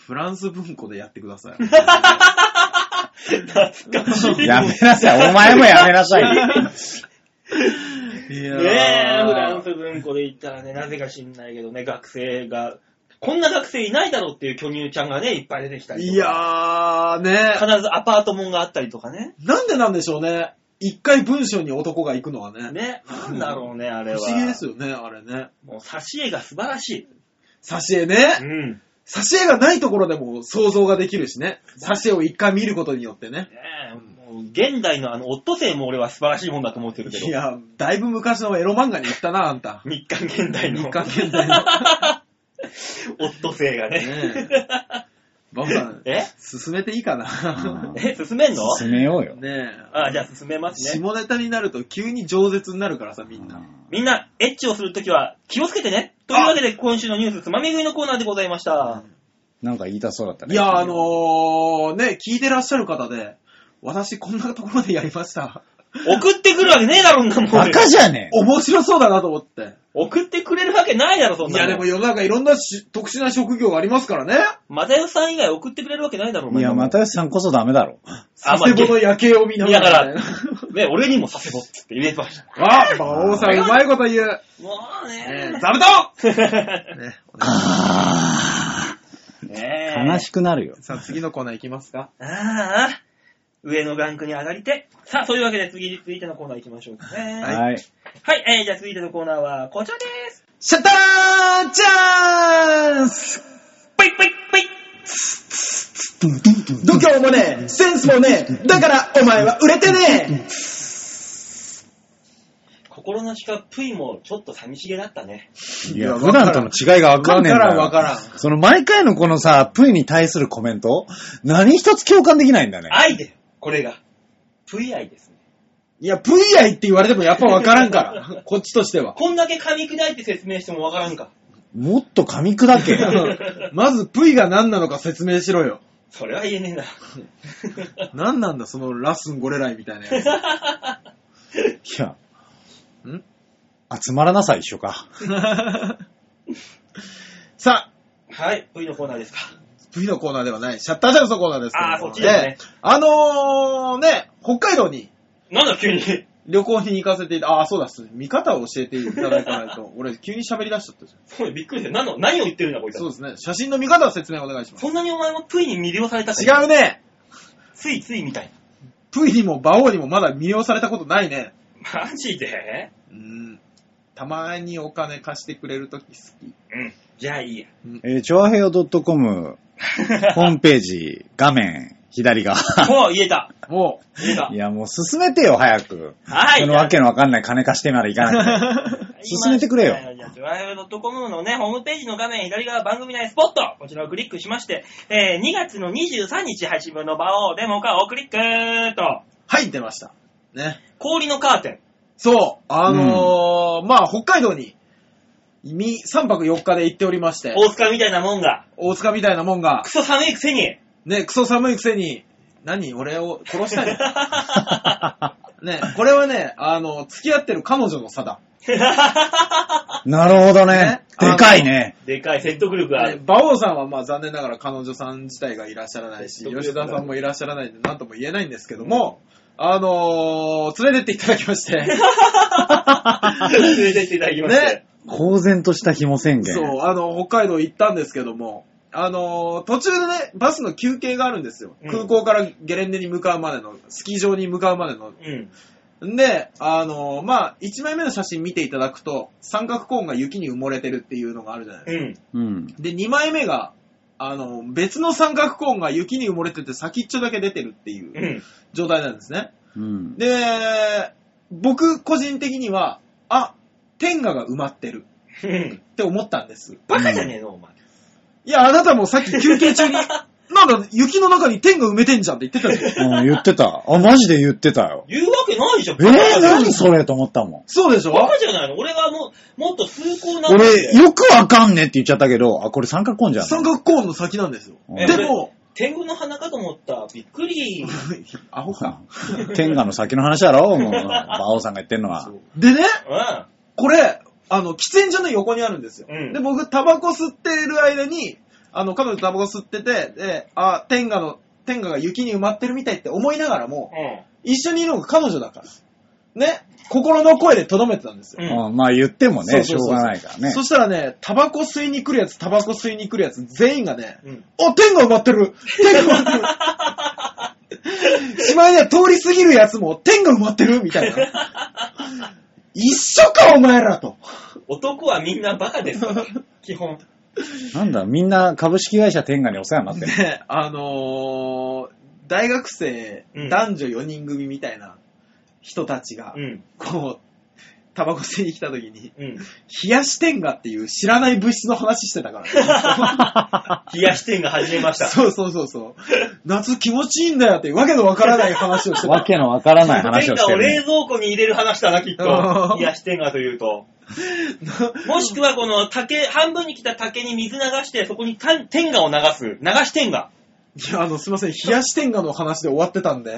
フランス文庫でやってください。 懐かしい。やめなさい。お前もやめなさい。 いや ねーえ、フランス文庫で言ったらね、なぜか知んないけどね、学生が、こんな学生いないだろうっていう巨乳ちゃんがね、いっぱい出てきたりとか。いやー、ね必ずアパートもんがあったりとかね。なんでなんでしょうね。一回文章に男が行くのはね。ね、なんだろうね、あ不れは。思議ですよね、あれね。もう、挿絵が素晴らしい。挿絵ね。ん。ね挿絵がないところでも想像ができるしね。挿絵を一回見ることによってね。え、もう、現代のあの、オットセイも俺は素晴らしいもんだと思ってるけど。いや、だいぶ昔のエロ漫画に行ったな、あんた。日韓現代の。日韓現代の。オットセイがね。ねバオさん、え進めていいかな。うんえ、進めんの進めようよ。ねえ。あ、じゃあ進めますね。下ネタになると急に饒舌になるからさ、みんな。みんな、エッチをするときは気をつけてね。というわけで、今週のニュースつまみ食いのコーナーでございました。なんか言いたそうだったね。いや、あのー、ね、聞いてらっしゃる方で、私こんなところでやりました。送ってくるわけねえだろ、んなもん。バカじゃねえ。面白そうだなと思って。送ってくれるわけないだろ、そんいなもん。やでも世の中いろんなし特殊な職業がありますからね。マタヨさん以外送ってくれるわけないだろ、おい前や、またよしさんこそダメだろ。あ佐まあ世保の夜景を見ながら。いやね、俺にもさせぼっつって入れてました。 あ、馬王さんうまいこと言う。もうねねえ座布団え。ねお願いあ ねえ。あ。悲しくなるよ。さあ次のコーナー行きますか。ああ、上のランクに上がりて。さあ、そういうわけで次、続いてのコーナー行きましょうかね。はい、はい。えー、じゃあ続いてのコーナーはこちらです。シャッターチャンスぷいぷいぷい。度胸もねえ、センスもねえ、だからお前は売れてね心なしかぷいもちょっと寂しげだったね。えいや、普段との違いがわかんねえんだよ。わからんわからその毎回のこのさ、プイに対するコメント、何一つ共感できないんだね。愛で、これが。ぷい愛ですね。いや、VI って言われてもやっぱわからんから。こっちとしては。 こんだけ噛み砕いて説明してもわからんか。もっと噛み砕け。まず V が何なのか説明しろよ。それは言えねえな。 何なんだそのラスンゴレライみたいなやつ。いや、ん集まらなさい、一緒か。 さあ、はい、ぷいのコーナーですか。 V のコーナーではない、シャッターチャンスのコーナーですけどもあーそっちですねあのー、ね、北海道になんだ急に。旅行に行かせていた、あーそうだっす。見方を教えていただかない と、俺急に喋り出しちゃったじそうびっくりした。何の、何を言ってるんだ、こいつゃん。そうは。ですね。写真の見方を説明お願いします。そんなにお前もぷいに魅了されたかう。違うね。ついついみたい。 V にも馬王にもまだ魅了されたことないね。マジでうん。たまにお金貸してくれるとき好き。うん。じゃあいいや。えー、チョアヘヨ .com ホームページ、画面、左側。もう言えた。もう、言えたい。や、もう進めてよ、早く。はい。そのわけのわかんない金貸してまでいかな い進めてくれよじゃあ、トライアル .com のね、ホームページの画面左側番組内スポット、こちらをクリックしまして、えー、2月の23日配信分の場をデモ化をクリックと、はい、出ました。ね。氷のカーテン。そう、あのーまあ、北海道に、み3泊4日で行っておりまして、大塚みたいなもんが、大塚みたいなもんがク、ソ寒いくせに、ね、クソ寒いくせに、何俺を殺したい のね、これはね、あの、付き合ってる彼女の差だ。なるほどねね。でかいね。でかい説得力があねる。馬王さんはまあ残念ながら彼女さん自体がいらっしゃらないし、独立吉田さんもいらっしゃらないんで何とも言えないんですけども、あのー連れてっていただき まして、連れてっていただきまして。ね公然とした紐宣言。そう、あの、北海道行ったんですけども、あのー途中でね、バスの休憩があるんですよ。うん空港からゲレンデに向かうまでの、スキー場に向かうまでうの。ん。んで、あのーまあ、1枚目の写真見ていただくと、三角コーンが雪に埋もれてるっていうのがあるじゃないでうん。うん。すか。で、2枚目が、あのー別の三角コーンが雪に埋もれてて先っちょだけ出てるっていううん。状態なんですね。うん。で、僕個人的には、あ、天下が埋まってるうん。って思ったんです。バカじゃねえの、お前。いや、あなたもさっき休憩中に、なんか雪の中に天が埋めてんじゃんって言ってたじゃん。うん、言ってた。 あ、マジで言ってたよ。言うわけないじゃん。えー、何それと思ったもん。そうでしょバカじゃないの俺がもう、もっと崇高なんだって俺、よくわかんねえって言っちゃったけど、あ、これ三角コーンじゃん。三角コーンの先なんですよ。うんでも、天狗の鼻かと思った。びっくり。 アホか。天下の先の話だろもう、馬王さんが言ってんのは。でね、うん。これ、あの、喫煙所の横にあるんですよ。うんで、僕、タバコ吸ってる間に、あの、彼女タバコ吸ってて、で、あ、天下の、天下が雪に埋まってるみたいって思いながらも、一緒にいるのが彼女だから。ね、心の声でとどめてたんですよ。うん。うんまあ言ってもそうね、しそょうそううがないからねそ。したらね、タバコ吸いに来るやつ、タバコ吸いに来るやつ、全員がね、うん。うん。お、天が埋まってる天が埋まってるしまいには通り過ぎるやつも、天が埋まってるみたいな。 一緒か、お前らと。男はみんなバカですから。基本。なんだ、みんな株式会社天下にお世話になってる。ね、 あのー大学生うん、男女4人組みたいな人たちが、うん。こう、タバコ吸いに来た時に、うん。冷やし天下っていう知らない物質の話してた から。冷やし天が始めました。そうそうそうそう。夏気持ちいいんだよって、わけのわからない話を してわた。けのわからない話天をし下てをる冷ね。蔵庫に入れる話だな、きっとう。ん冷やし天がというと。もしくは、この竹、半分に来た竹に水流して、そこにた天下を流す。流し天下。い や、あの、すいません、冷やし天下の話で終わってたんで、流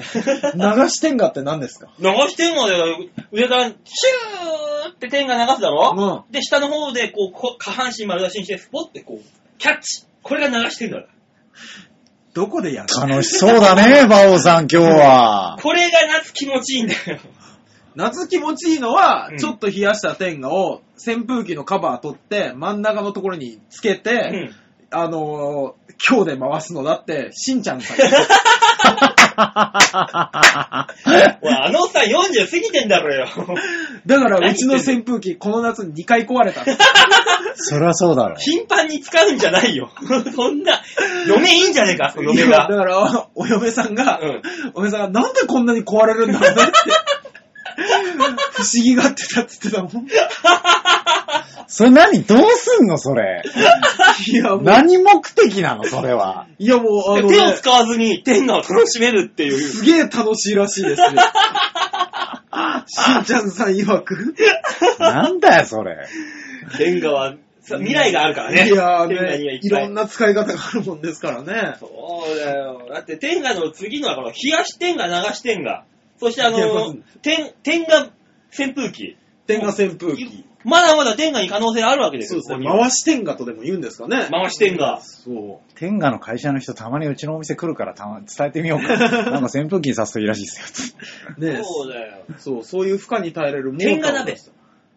し天下って何 ですか流し天下で、上から、シューって天が流すだろうん。で、下の方で、こう、こ下半身丸出しにして、スポッてこう、キャッチこれが流してんだ。どこでやる楽しそうだね、馬王さん今日 は。これが夏気持ちいいんだよ。夏気持ちいいのはうん、ちょっと冷やした天下を扇風機のカバー取って、真ん中のところにつけうて、ん。あのー、今日で回すのだって、しんちゃんさんが。ほら、あのおっさん40過ぎてんだろ よ。だから、うちの扇風機、この夏2回壊れたんです。そりゃそうだろ。頻繁に使うんじゃないよ。 そんな、嫁いいんじゃねえか、その嫁いやだが。から、お嫁さんが、うんお嫁さんが、なんでこんなに壊れるんだろうねって、不思議がってたって言ってたもん。それ何どうすんのそれ。いや、もう、何目的なのそれ は。いやもう、あの、手をね、使わずに天下を楽しめるっていう。 すげえ楽しいらしいですよ。しんちゃんさん曰く。なんだよそれ。天下は、さ未来があるからね。いやー天下にはいっ、ねぱいろんい。な使い方があるもんですからね。そうだよ。だって天下の次のはこの、冷やし天下、流し天下。そしてあいやまのず、天、天下扇風機。天下扇風機。まだまだ天下に可能性あるわけですそうよ。ですこね。こに回し天下とでも言うんですかね。回し天下。そ天下の会社の人たまにうちのお店来るからたま伝えてみよ うか。なんか扇風機にさすといいらしいですよ。う。ねそうだよ。そう、そういう負荷に耐えれる天下鍋。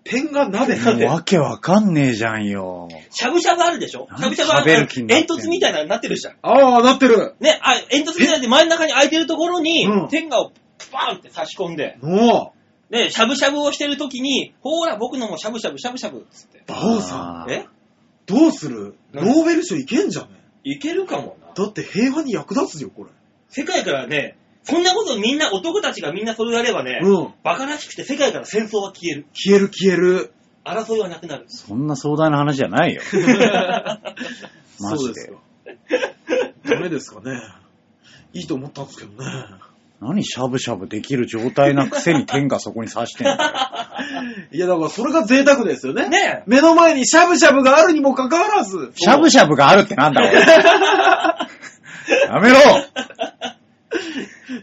天下鍋もうわけわかんねえじゃんよ。しゃぶしゃぶあるでしょなんしゃぶしゃぶあ喋るる気になってん煙の突みたいなのになってるじゃん。ああ、なってる。ね、あ、煙突みたいで真ん中に空いてるところにう、ん天下をバーンって差し込んで、おうね、しゃぶしゃぶをしてる時に、ほーら、僕のもしゃぶしゃぶしゃぶしゃぶっつって。馬王さん、あーえどうするなノんーベル賞いけんじゃねいけるかもな。だって平和に役立つよ、これ。世界からね、そんなことみんな、男たちがみんなそれをやればね、うん。バカらしくて世界から戦争は消える。消える消える。争いはなくなる。そんな壮大な話じゃない よ。マそうジですでか。。ダメですかね。いいと思ったんですけどね。何しゃぶしゃぶできる状態なくせに天下そこに刺 してんのいや、だからそれが贅沢ですよね。ね目の前にしゃぶしゃぶがあるにもかかわらず、しゃぶしゃぶがあるってなん だよ。やめろ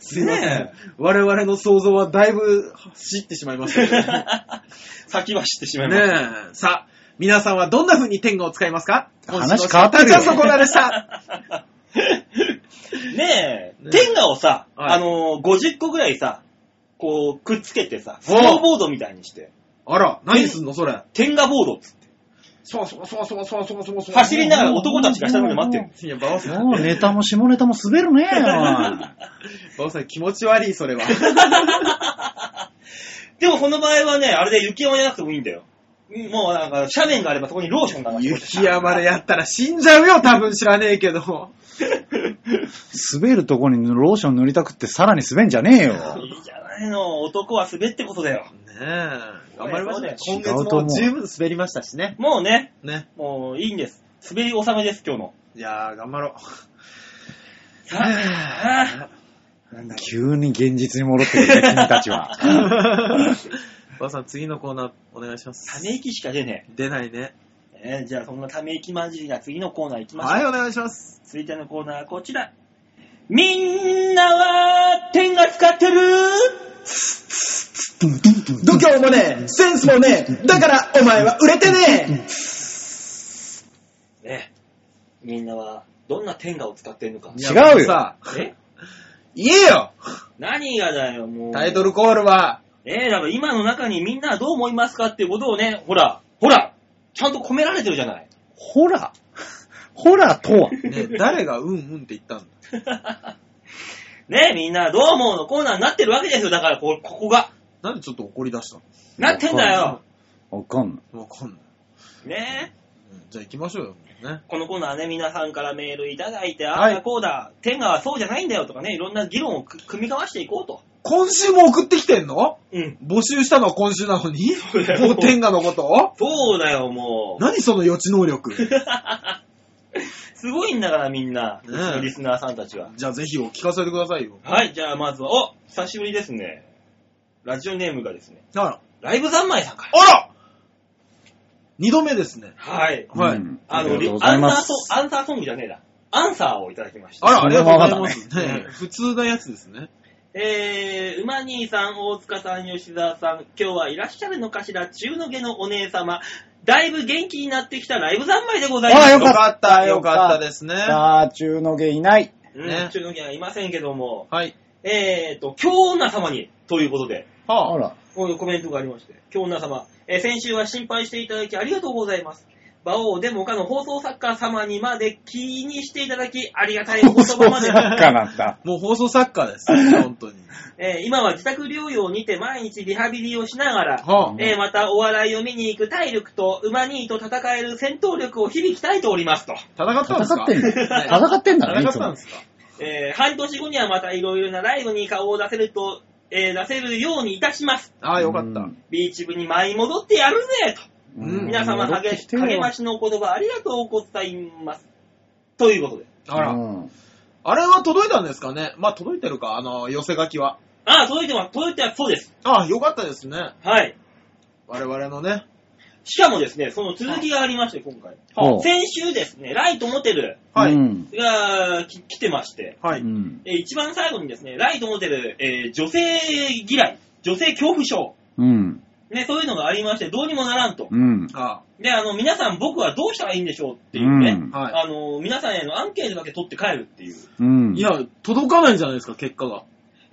すいません。ね我々の想像はだいぶ走ってしまいましたけど ね。先は知ってしまいます。ねえ。さあ、皆さんはどんな風に天下を使いますか話変わ今週のシャッってるよターチャンスのコーナーで した。ねえ、ねえ天下をさ、はいあのー、50個ぐらいさ、こう、くっつけてさ、スおうノーボードみたいにして、あら、何すんのそれ。天下ボードっつって、そうそうそうそうそうそうそうそう。走りながら男たちが下の方で待ってる。いや、バオさん、もうネタも下ネタも滑るねバオさん気持ち悪い、それは。 でもこの場合はね、あれで雪山じゃなくてもいいんだよ。うんもうなんか、斜面があればそこにローションが流して雪山でやったら死んじゃうよ、多分知らねえけど。滑るとこにローション塗りたくってさらに滑んじゃねえよ。いいじゃないの、男は滑ってことだよ。ねえ。頑張りましょうね。そ今う月だよも十分滑りましたしね。もうね、ね。もういいんです。滑り納めです、今日の。いやー、頑張ろう。さあ、なんだろ急に現実に戻ってくるね、君たち は。う。ばあさん、次のコーナー、お願いします。ため息しか出ね出ないね。え。えーじゃあ、そんなため息混じりな次のコーナー行きましょう。はい、お願いします。続いてのコーナーはこちら。みんなは、天が使ってる度胸もねえ、センスもねえ、だからお前は売れてねね。みんなは、どんな天下を使ってるのか。え違うよいやもさ、え言えよ何がだよ、もう。タイトルコールは。ええだから今の中にみんなはどう思いますかっていうことをね、ほら、ほら、ちゃんと込められてるじゃない。ホラ ホラとはねえ誰がうんうんって言ったんだねえ、みんなはどう思うのコーナーになってるわけですよ。だからこ、ここが。なんでちょっと怒り出したなってんだよ。わかんない。のわかんない。ねえ。うんじゃあ行きましょうよ、ね。このコーナーはね、皆さんからメールいただいて、あはいあだこうだ、天下はそうじゃないんだよとかね、いろんな議論をく組み交わしていこうと。今週も送ってきてんのうん。募集したのは今週なのにうだよもう天下のことそうだよ、もう。何その予知能力すごいんだから、みんな。うねちのリスナーさんたちは。じゃあぜひお聞かせてくださいよ。はい、じゃあまずは、お久しぶりですね。ラジオネームがですね、あら。ライブ三昧さんから。あら二度目ですね。はい。はいうんあありの、がとリうござアいンサまーすソ。アンサーソングじゃねえだ。アンサーをいただきました。あら、ありがとうございまそす。れはまだねね普通なやつですね。えー、馬兄さん、大塚さん、吉沢さん、今日はいらっしゃるのかしら、中の下のお姉様。だいぶ元気になってきたライブ三昧でございます。あよよかったかった、よかったですね。はさあ、中の下いない。うんね中の下はいませんけども、い。えーと、京女様に、ということで、はああ、ら。こういうコメントがありまして、京女様、えー先週は心配していただきありがとうございます。馬王でも他の放送作家様にまで気にしていただき、ありがたいお言葉まで。かなんだ。もう放送作家です。本当に。えー今は自宅療養にて毎日リハビリをしながら、はえーまたお笑いを見に行く体力と馬にと戦える戦闘力を日々鍛えておりますと。あ、戦ったんです戦かってんの戦ってんだね、戦いっつたんもで。すかえー半年後にはまたいろいろなライブに顔を出せると、えー出せるようにいたします。ああ、よかった。ビーチ部に舞い戻ってやるぜと。うん皆様励励ましのお言葉ありがとうございます。ということで。あら、うんあれは届いたんですかねまあ届いてるか、あの、寄せ書きは。ああ、届いてます。届いてはそうです。ああ、よかったですね。はい。我々のね。しかもですね、その続きがありまして、今回。ほう先週ですね、ライトモテルはい。うんがき来てまして、はうい。んえー一番最後にですね、ライトモテル、えー女性嫌い、女性恐怖症、うん。ね、そういうのがありまして、どうにもならんとう。ん。あで、あの、皆さん僕はどうしたらいいんでしょうっていうね、うんあ、はい。あの、皆さんへのアンケートだけ取って帰るっていう。うん。いや、届かないんじゃないですか、結果が。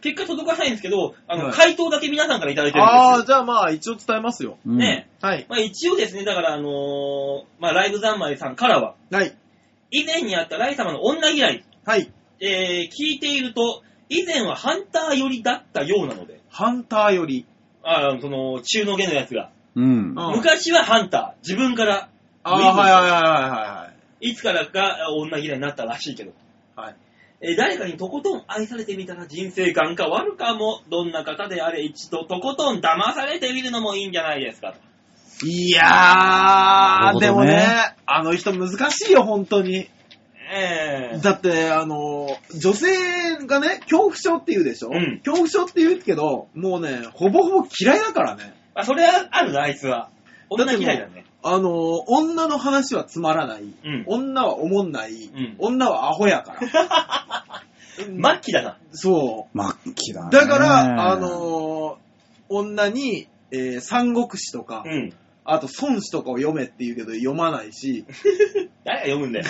結果届かないんですけど、あの、はい回答だけ皆さんからいただいてるんああ、でじゃあまあ、一応伝えますよ。うすよ。ん、ね。はい。まあ一応ですね、だからあのーまあライブ三昧さんからは、はい。以前にあったライ様の女嫌い、はい。えー聞いていると、以前はハンター寄りだったようなので、ハンターより。あーその、中の下のやつが。うん。うん昔はハンター、自分から、ああ、はいはいつからか女嫌いになったらしいけど、いはいはい。はい。えー誰かにとことん愛されてみたら人生観変わるかも、どんな方であれ一度とことん騙されてみるのもいいんじゃないですかと。いやなるー、ほどねでもね、あの人難しいよ、本当に。えーだって、あの、女性がね、恐怖症って言うでしょ、うん恐怖症って言うけど、もうね、ほぼほぼ嫌いだからね。あ、それはあるな、あいつは。女嫌いだね。あの、女の話はつまらない。うん女はおもんない、ん女はアホ やから。うん末期だな。そ末期だね。う。だから、あ、の、女に、えー三国志とか、うん。あと孫子とかを読めって言うけど読まな いし、誰が読むんだよ。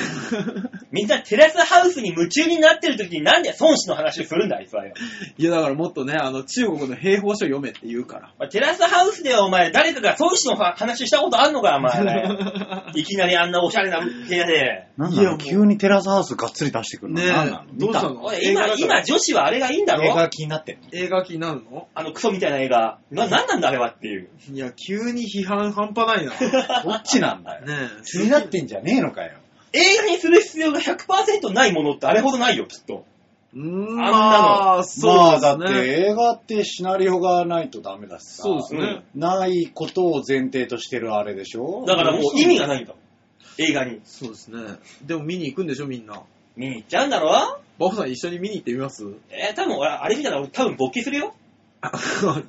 みんなテラスハウスに夢中になってる時になんで孫子の話をするんだ、あいつはよ。いやだからもっとね、あの、中国の兵法書読めって言うから。まあテラスハウスではお前、誰かが孫子の話したことあんのか、お 前。 いきなりあんなおしゃれな部屋で。なんいだやろもうう急にテラスハウスがっつり出してくるの。ねえなんなのどうしたのおい今、今、女子はあれがいいんだ見た映画ろが気になってる。映画気になるのあのクソみたいな映画。な、なんなんだあれはっていう。いや、急に批判半端ないな。どっちなんだよ。ね気になってんじゃねえのかよ。映画にする必要が100%ないものってあれほどないよ、きっと。え。うーん、あんなのまあ、まそあ、だうっでてすね。映画ってシナリオがないとダメだしさ。そうですね。ないことを前提としてるあれでしょだからもう意味がないんだもん。映画に。そうですね。でも見に行くんでしょ、みんな。見に行っちゃうんだろバオさん一緒に見に行ってみます えー、多分俺、あれ見たら俺多分勃起するよ。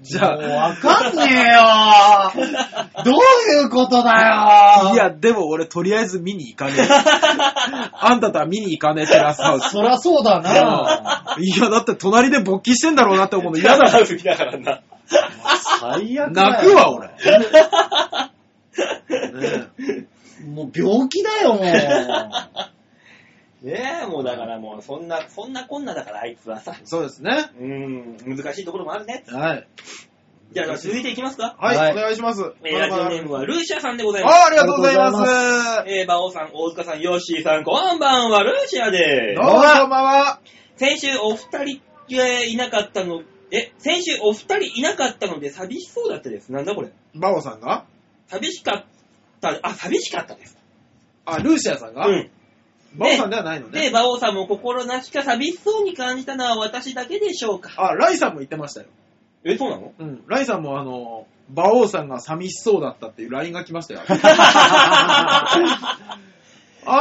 じゃもうあ、わかんね えよどういうことだよい、や、でも俺とりあえず見に行かねえ。あんたとは見に行かねえテラスハウス。そりゃそうだな。いや、だって隣で勃起してんだろうなって思うの嫌だハもウス見ながらな。最悪ん。だよ。泣くわ、俺。ねえもう病気だよ、もう。 ねえ、もうだからもう、そんな、そんなこんなだから、あいつはさ。そうですね。うーん、難しいところもあるね。はい。じゃあ、続いていきますか。はい、はいお願いします。えー、ラジオネームはルーシャさんでございます。あありがとうございます。 えー、馬王さん、大塚さん、ヨッシーさん、こんばんは、ルーシャでどうす。もこんばんは。先週お二人えーいなかったの、え、先週お二人いなかったので寂しそうだったです。なんだこれ。バオさんが寂しかった、あ、寂しかったです。あ、ルーシアさんが、うん。バオさんではないので、ね。馬王さんも心なしか寂しそうに感じたのは私だけでしょうか。あ、ライさんも言ってましたよ。え、そうな のうん。ライさんもあの、馬王さんが寂しそうだったっていう LINE が来ました よ。あ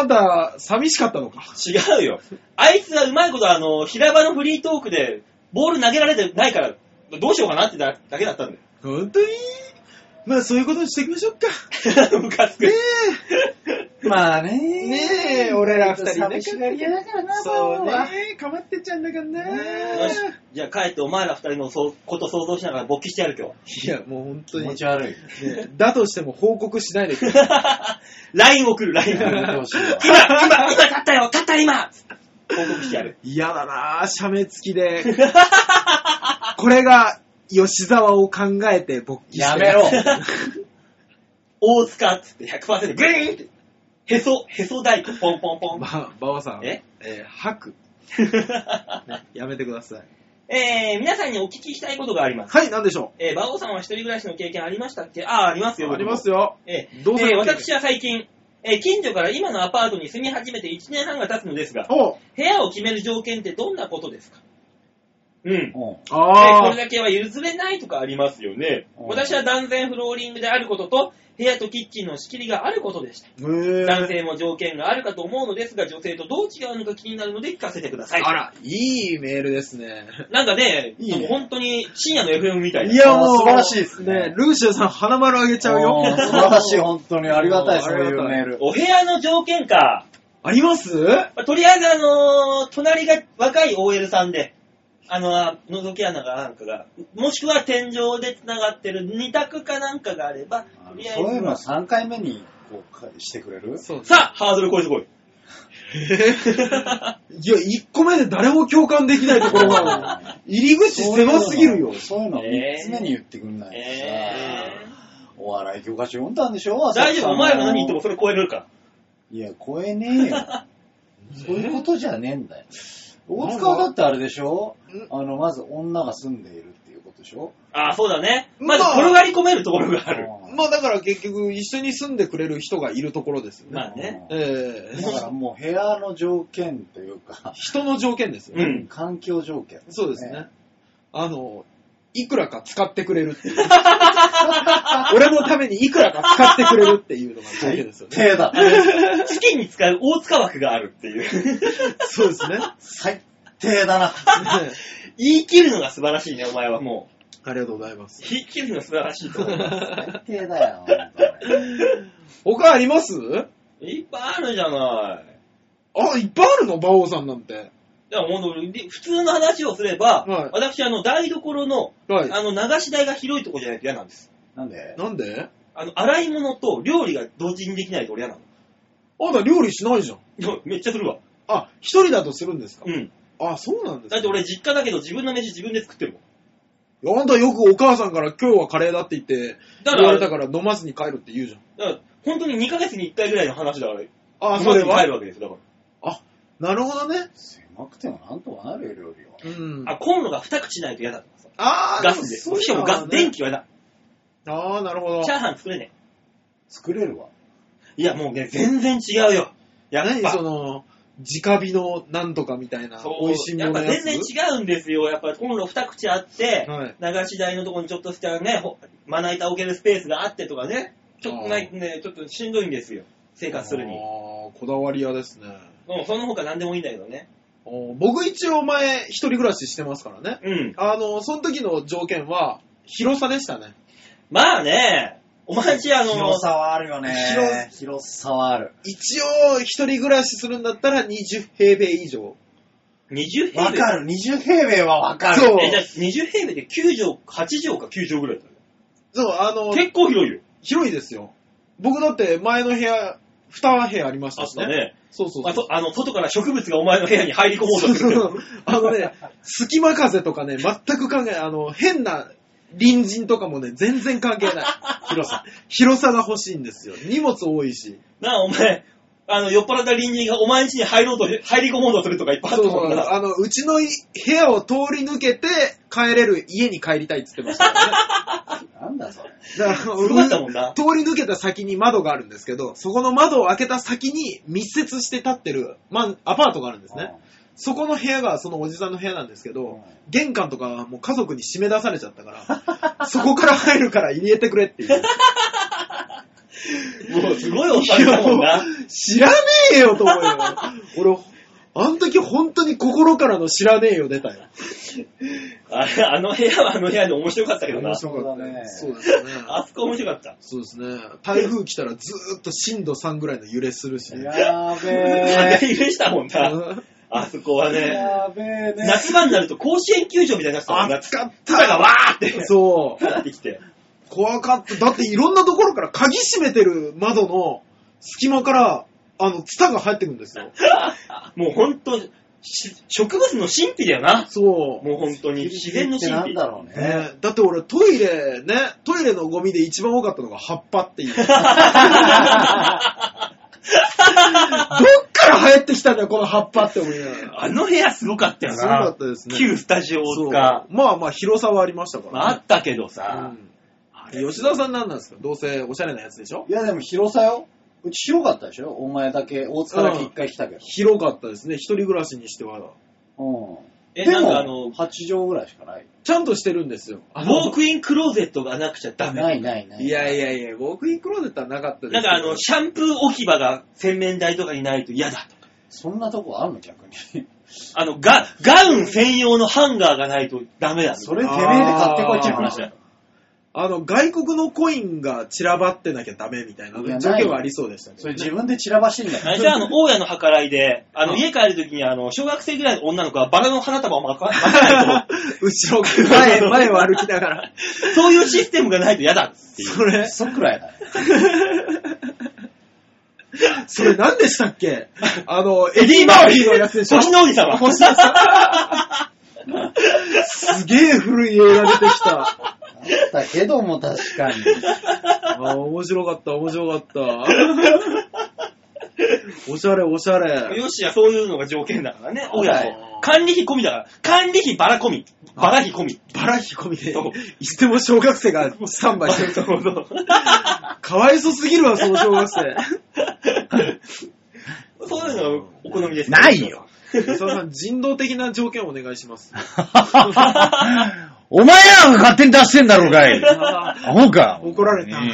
んた、寂しかったのか。違うよ。あいつはうまいことあの、平場のフリートークで、ボール投げられてないから、どうしようかなってだだけだったんだよ。本当にまあ、そういうことにしていきましょうか。 ムカつく。ねまあえ。ね ねえ、俺ら二人ね。寂しがり屋だからな、そうバオはね。かまってっちゃうんだからよしね。。じゃあ帰ってお前ら二人のそうこと想像しながら勃起してやる今日。いや、もう本当気持に。ち悪い。ね だとしても報告しないでくれ。 LINE 送る、LINE 送る。やめてほしいわ今、今、今、勝ったよ、勝った今報告してや る。嫌だなぁ、写メ付きで。これが、吉沢を考えて勃起してやめろ。大塚っつって100%グリーンって。へそ、へそ大工、ポンポンポン。 まあ、馬場さん。え えー吐く。ねやめてください。えー、皆さんにお聞きしたいことがあります。はい、なんでしょえー、馬王さんは一人暮らしの経験ありましたっけあー、ありますよ。うありますよ。よ。えー、どうせえー私は最近、えー、近所から今のアパートに住み始めて1年半が経つのですが、お部屋を決める条件ってどんなことですかうん。でこあれーだけは譲れないとかありますよね。うん私は断然フローリングであることと、部屋とキッチンの仕切りがあることでした。へー男性も条件があるかと思うのですが、女性とどう違うのか気になるので聞かせてください。あら、いいメールですね。なんかね、いいねもう本当に深夜の FM みたいな。いや、もう、素晴らしいですねルーシアさん、花丸あげちゃうよ。あー素晴らしい、本当に。ありがたうい、んそういうメール。お部屋の条件か。 ありますまあとりあえず、あのー隣が若い OL さんで、あのー、覗き穴がなんかが、もしくは天井で繋がってる二択かなんかがあれば、とあのりあえずそうはいうのは3回目にこうかしてくれるそうさあ、ハードル超えてこ い。いや、1個目で誰も共感できないところ が、入り口狭すぎるよ。そういうの3つ目に言ってくんないとさ、えお笑い教科書読んだんでしょー、 大丈夫、お前ら何言ってともそれ超えれるから。いや、超えねえよ。そういうことじゃねえんだよ。大塚はだってあれでしょうんあの、まず女が住んでいるっていうことでしょああ、そうだね。ままあず転がり込めるところがある。うんまあだから結局一緒に住んでくれる人がいるところですよね。まあね。ええだからもう部屋の条件というか、人の条件ですよ、うねん。環境条件。そうですね。あの、いくらか使ってくれる っていう。俺のためにいくらか使ってくれるっていうのが条件ですよね。手だ。月に使う大塚枠があるっていう。 そうです ね。ね最低だな。言い切るのが素晴らしいね、お前はもう。ありがとうございます。言い切るのが素晴らしいと思う。 最低だよ、本当に他ありますいっぱいあるじゃない。あ、いっぱいあるの馬王さんなんて。だからもうで普通の話をすれば、はい私、あの、台所の、はい。あの、流し台が広いとこじゃないと嫌なんです。なんでなんであの、洗い物と料理が同時にできないと俺嫌なの。あんた料理しないじゃん。でも めっちゃするわ。あ、一人だとするんですか、うん。あ、そうなんですかだって俺、実家だけど自分の飯自分で作ってるもん。あんたよくお母さんから今日はカレーだって言って、だか言わら、れだたかから飲まずに帰るって言うじゃん。ら本当に2ヶ月に1回ぐらいの話だから、あ、そそれれは帰はるわけですよ、だかなるほどね。狭くてもなんとかなるよ、料理は。うんら。あ、コンロが2口ないと嫌だとかさ。あーガスで。もそうしかもガス、だね電気はだ。あー、なるほど。チャーハン作れね作れるわ。え。いや、もうね、全然違うよ。やっ何ぱそ。の、直火のなんとかみたいな、そう美味しいもやっのぱや全つ。然違うんですよ。やっぱコンロ2口あって、はい。流し台のとこにちょっとしたね、ほまな板置けるスペースがあってとかね、ちょっとないあね、ちょっとしんどいんですよ。生活するに。あーこだわり屋ですね。うん、その他何でもいいんだけどね。お僕一応前、一人暮らししてますからね。うん。あの、その時の条件は、広さでしたね。まあね、お前んちあの、広さはあるよね。広広さはある。一応、一人暮らしするんだったら20平米以上。 20平米。わかる。20平米はわかる。そうえ、じゃあ20平米で9畳、8畳か9畳ぐらいだね。そう、あの、結構広いよ。広いですよ。僕だって前の部屋、2部屋ありましたしね。ね。そうそうそうあと、あの、外から植物がお前の部屋に入り込もうとすそうるそ。 うあのね、隙間風とかね、全く関係ない。あの、変な隣人とかもね、全然関係 ない。広さ。広さが欲しいんですよ。荷物多いし。なあ、お前、あの、酔っ払った隣人がお前ん家に入ろうと、入り込もうとするとかいっぱいあっそたうもそんう。な。あの、うちのい部屋を通り抜けて、帰れる家に帰りたいって言ってましたからね。なんだそれ。だからすごかったもんな通り抜けた先に窓があるんですけど、そこの窓を開けた先に密接して立ってる、まあ、アパートがあるんですね。そこの部屋がそのおじさんの部屋なんですけうんど、玄関とかはもう家族に締め出されちゃったから、 そこから入るから入れてくれっていう。もうすごいおっさんだもんな。知らねえよと思うよ。俺、あの時本当に心からの知らねえよ出たよ。あれあの部屋はあの部屋で面白かったけどな面。白かったね。そそううですね。あそこ面白かった。そうですね。台風来たらずーっと震度3ぐらいの揺れするしね。やべ風 え。入れしたもんな。あそこはね。やべえね。夏場になると甲子園球場みたいになってたもんな。 暑かっ草がたわーって。 そう。なってきて。怖かった。だっていろんなところから鍵閉めてる窓の隙間から、あの、ツタが入ってくるんですよ。もう本当し植物の神秘だよな。そう。もう本当に。自然のってなん神秘。だろうね。ねだって俺トイレね、トイレのゴミで一番多かったのが葉っぱっていう。どっから流行ってきたんだよ、この葉っぱって思いながら。あの部屋すごかったよな。すごかったですね旧スタジオそうが、まあまあ広さはありましたかまあ、あら、ねったけどさ。あうれん、吉田さんなんなんですかどうせおしゃれなやつでしょいやでも広さよ。うち広かったでしょお前だけ大塚だけ一回来たけど。広かったですね、一人暮らしにしては。うん。え、でなんかあもの、ウ8畳ぐらいしかない。ちゃんとしてるんですよ。あのォークインクローゼットがなくちゃダメ。ないないない。いやいやいや、ウォークインクローゼットはなかったですなよんかあの、シャンプー置き場が洗面台とかにないと嫌だとか。そんなとこあんの逆に。あの、ガ、ガウン専用のハンガーがないとダメだみたいな。 それてめえで買ってこいっていう話だよ。あの、外国のコインが散らばってなきゃダメみたいないや条件はありそうでしたけそどれね。自分で散らばしてんだあれよ。じゃあ、あの、大家の計らいで、あの、家帰るときに、あの、小学生ぐらいの女の子はバラの花束を巻か巻かないと、後ろ、前、前を歩きながら。 そういうシステムがないと嫌だっていう。それ、そくらいだよ。それ何でしたっけあの、エディ・マーフィーのやつでし ょ星の王子様。星の王子すげえ古い映画出てきた。あったけども確かに。あー面白かった、面白かった。おしゃれ、おしゃれ。よしや、そういうのが条件だからね、大家はいも。管理費込みだから、管理費バラ込み、バラ費込み。バラ引き込みでそう、いつでも小学生がスタンバイしてる。そうそうかわいそすぎるわ、その小学 生。 そういうのがお好みです。 ないよ。吉沢さん、人道的な条件お願いします。お前らが勝手に出してんだろうか い。アホか。怒られたね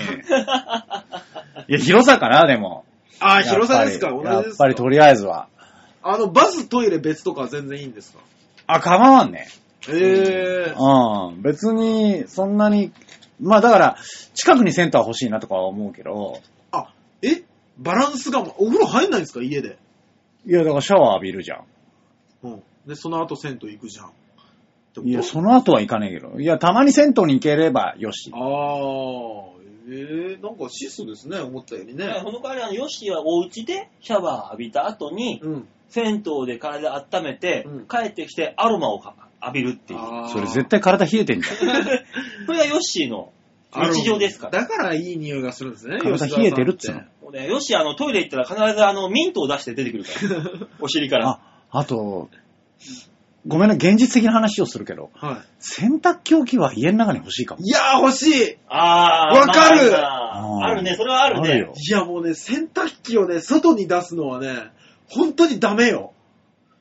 えいや、広さかな、でも。あー、広さですかやっ同じぱりやでっすかぱりとりあえずは。あの、バス、トイレ別とかは全然いいんですかあ、構わんね。ええー。うん。別に、そんなに、まあだから、近くにセンター欲しいなとかは思うけど、あ、えバランスが、お風呂入んないんですか家で。いや、だからシャワー浴びるじゃん。うん。で、その後銭湯行くじゃん。ってこといや、その後は行かねえけど。いや、たまに銭湯に行ければよしあ。ー、ええー、なんか質素ですね、思ったよりだからね。その代わり、あの、ヨッシーはお家でシャワー浴びた後に、うん。銭湯で体温めてうん、帰ってきてアロマをか浴びるっていう。あーそれ絶対体冷えてんじゃん。それがヨッシーの日常ですから。だからいい匂いがするんですね。体吉沢さん冷えてるっつうのもうね、ヨッシーあの、トイレ行ったら必ずあの、ミントを出して出てくる から。お尻から。あ、あと、ごめんね、現実的な話をするけど、は洗濯機置きは家の中に欲しいかもい。。いやー、欲しいあー。わかるまあうんあるね、それはあるね。あるよいやもうね、洗濯機をね、外に出すのはね、本当にダメよ。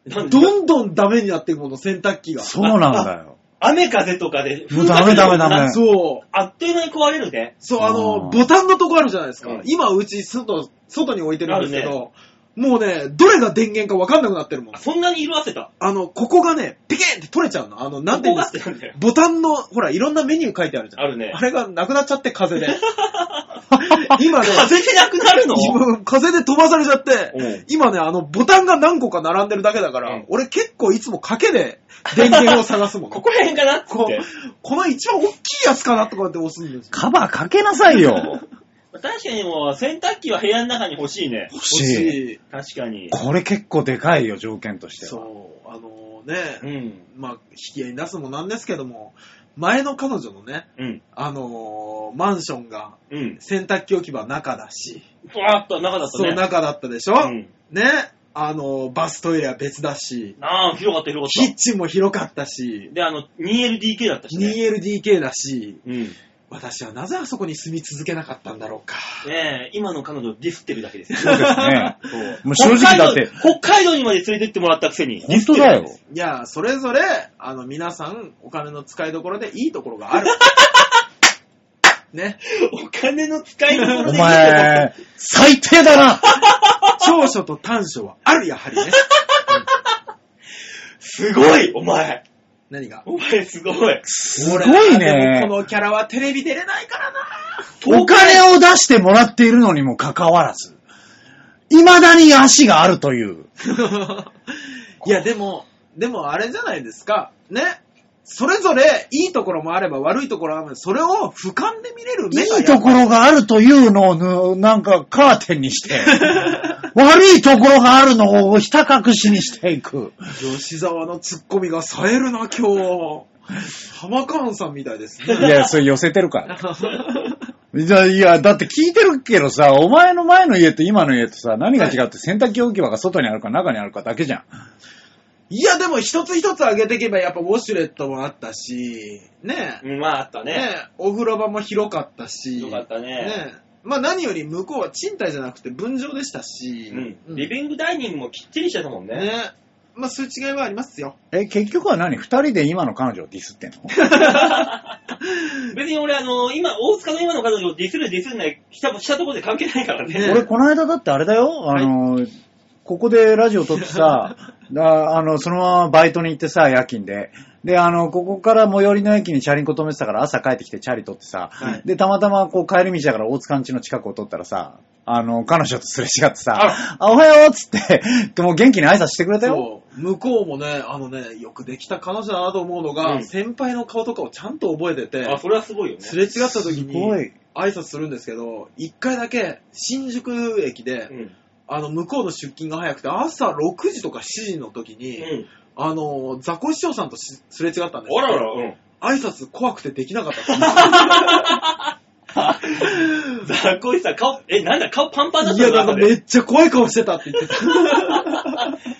なんでどんどんダメになっていくもの、洗濯機が。そうなんだよ。雨風とかで、もうダメダメダメそう。あっという間に壊れるね。そう、ああーの、ボタンのとこあるじゃないですか。うん今、うち、外、外に置いてるんですけど、もうね、どれが電源かわかんなくなってるもんあ。そんなに色あせた。あの、ここがね、ピケンって取れちゃうの。あの、なんて言うんですここがってなんだよ か。ボタンの、ほら、いろんなメニュー書いてあるじゃん。あるねあれがなくなっちゃっ て、風で。今ね、風でなくなるの自分風で飛ばされちゃっうんて、今ね、あの、ボタンが何個か並んでるだけだから、うん俺結構いつも賭けで電源を探すも ん。ここら辺かなっつっこて。うこの一番大きいやつかなとかって押すんですよ。 カバーかけなさいよ。確かにもう、洗濯機は部屋の中に欲しいね。欲しい。い。確かに。これ結構でかいよ、条件としては。そう、あのうね、ん。まあ、引き合いに出すのもなんですけども、前の彼女のね、うん。あのーマンションがうん。洗濯機置き場中だし、ふわっと中だったね。そう中だったでしょ、うんね、あのーバストイレは別だし、ああ、広かった広かキっ。、ッチンも広かったしたで、あの、2LDK だったしね。 2LDK だし、うん。ね私はなぜあそこに住み続けなかったんだろうか。え、今の彼女をディスってるだけですよ。そうで すね。そうもう正直だって北海道。北海道にまで連れてってもらったくせに。本当デだィよスっ。いや、それぞれ、あの、皆さん、お金の使いどころでいいところが ある。ね。てるだけです。お金の使いどころでおいいと思って前、最低だな長所と短所はある、やはりね。すごいお前 何がお前すごいすごいねこのキャラはテレビ出れないからな。お金を出してもらっているのにもかかわらず、未だに足があるという。 いや、でも、でもあれじゃないですか。ね。それぞれいいところもあれば悪いところもある。それを俯瞰で見れる目がいいところがあるというのをぬ、なんかカーテンにして、悪いところがあるのをひた隠しにしていく。吉沢のツッコミが冴えるな、今日。浜川さんみたいですい ね。や、それ寄せてるから。いや、いや、だって聞いてるけどさ、お前の前の家と今の家とさ、何が違って洗濯機置き場が外にあるか中にあるかだけじゃん。いや、でも一つ一つ上げていけば、やっぱウォシュレットもあったし、ね。うんまああったねね。お風呂場も広かったし。よかったね。ねえ。まあ何より向こうは賃貸じゃなくて分譲でしたし、う。うんんリねビングダイニングもきっちりしてたもんね。えまあそういう違いはありますよ。え、結局は何二人で今の彼女をディスってんの別に俺あの、今、大塚の今の彼女をディスるディスるないしたしたところで関係ないからね。ね俺、この間だってあれだよ、あの、ここでラジオ撮ってさ、だあの、そのままバイトに行ってさ、夜勤で。で、あの、ここから最寄りの駅にチャリンコ止めてたから朝帰ってきてチャリ取ってさ、はいで、たまたまこう帰り道だから大塚ん家の近くを通ったらさ、あの、彼女とすれ違ってさ、あ、おはようっつって、でもう元気に挨拶してくれたよ。そう。向こうもね、あのね、よくできた彼女だなと思うのが、うん先輩の顔とかをちゃんと覚えてて、あ、それはすごいよね。すれ違った時すにごい挨拶するんですけど、一回だけ新宿駅で、うん。あの、向こうの出勤が早くて、朝6時とか7時の時うに、ん。あの、ザコ師匠さんとしすれ違ったんですあらあら、うん。挨拶怖くてできなかったです。ざっこいさ、顔、え、なんだ、顔パンパンだっいたや、のなんか中でめっちゃ怖い顔してたって言ってた。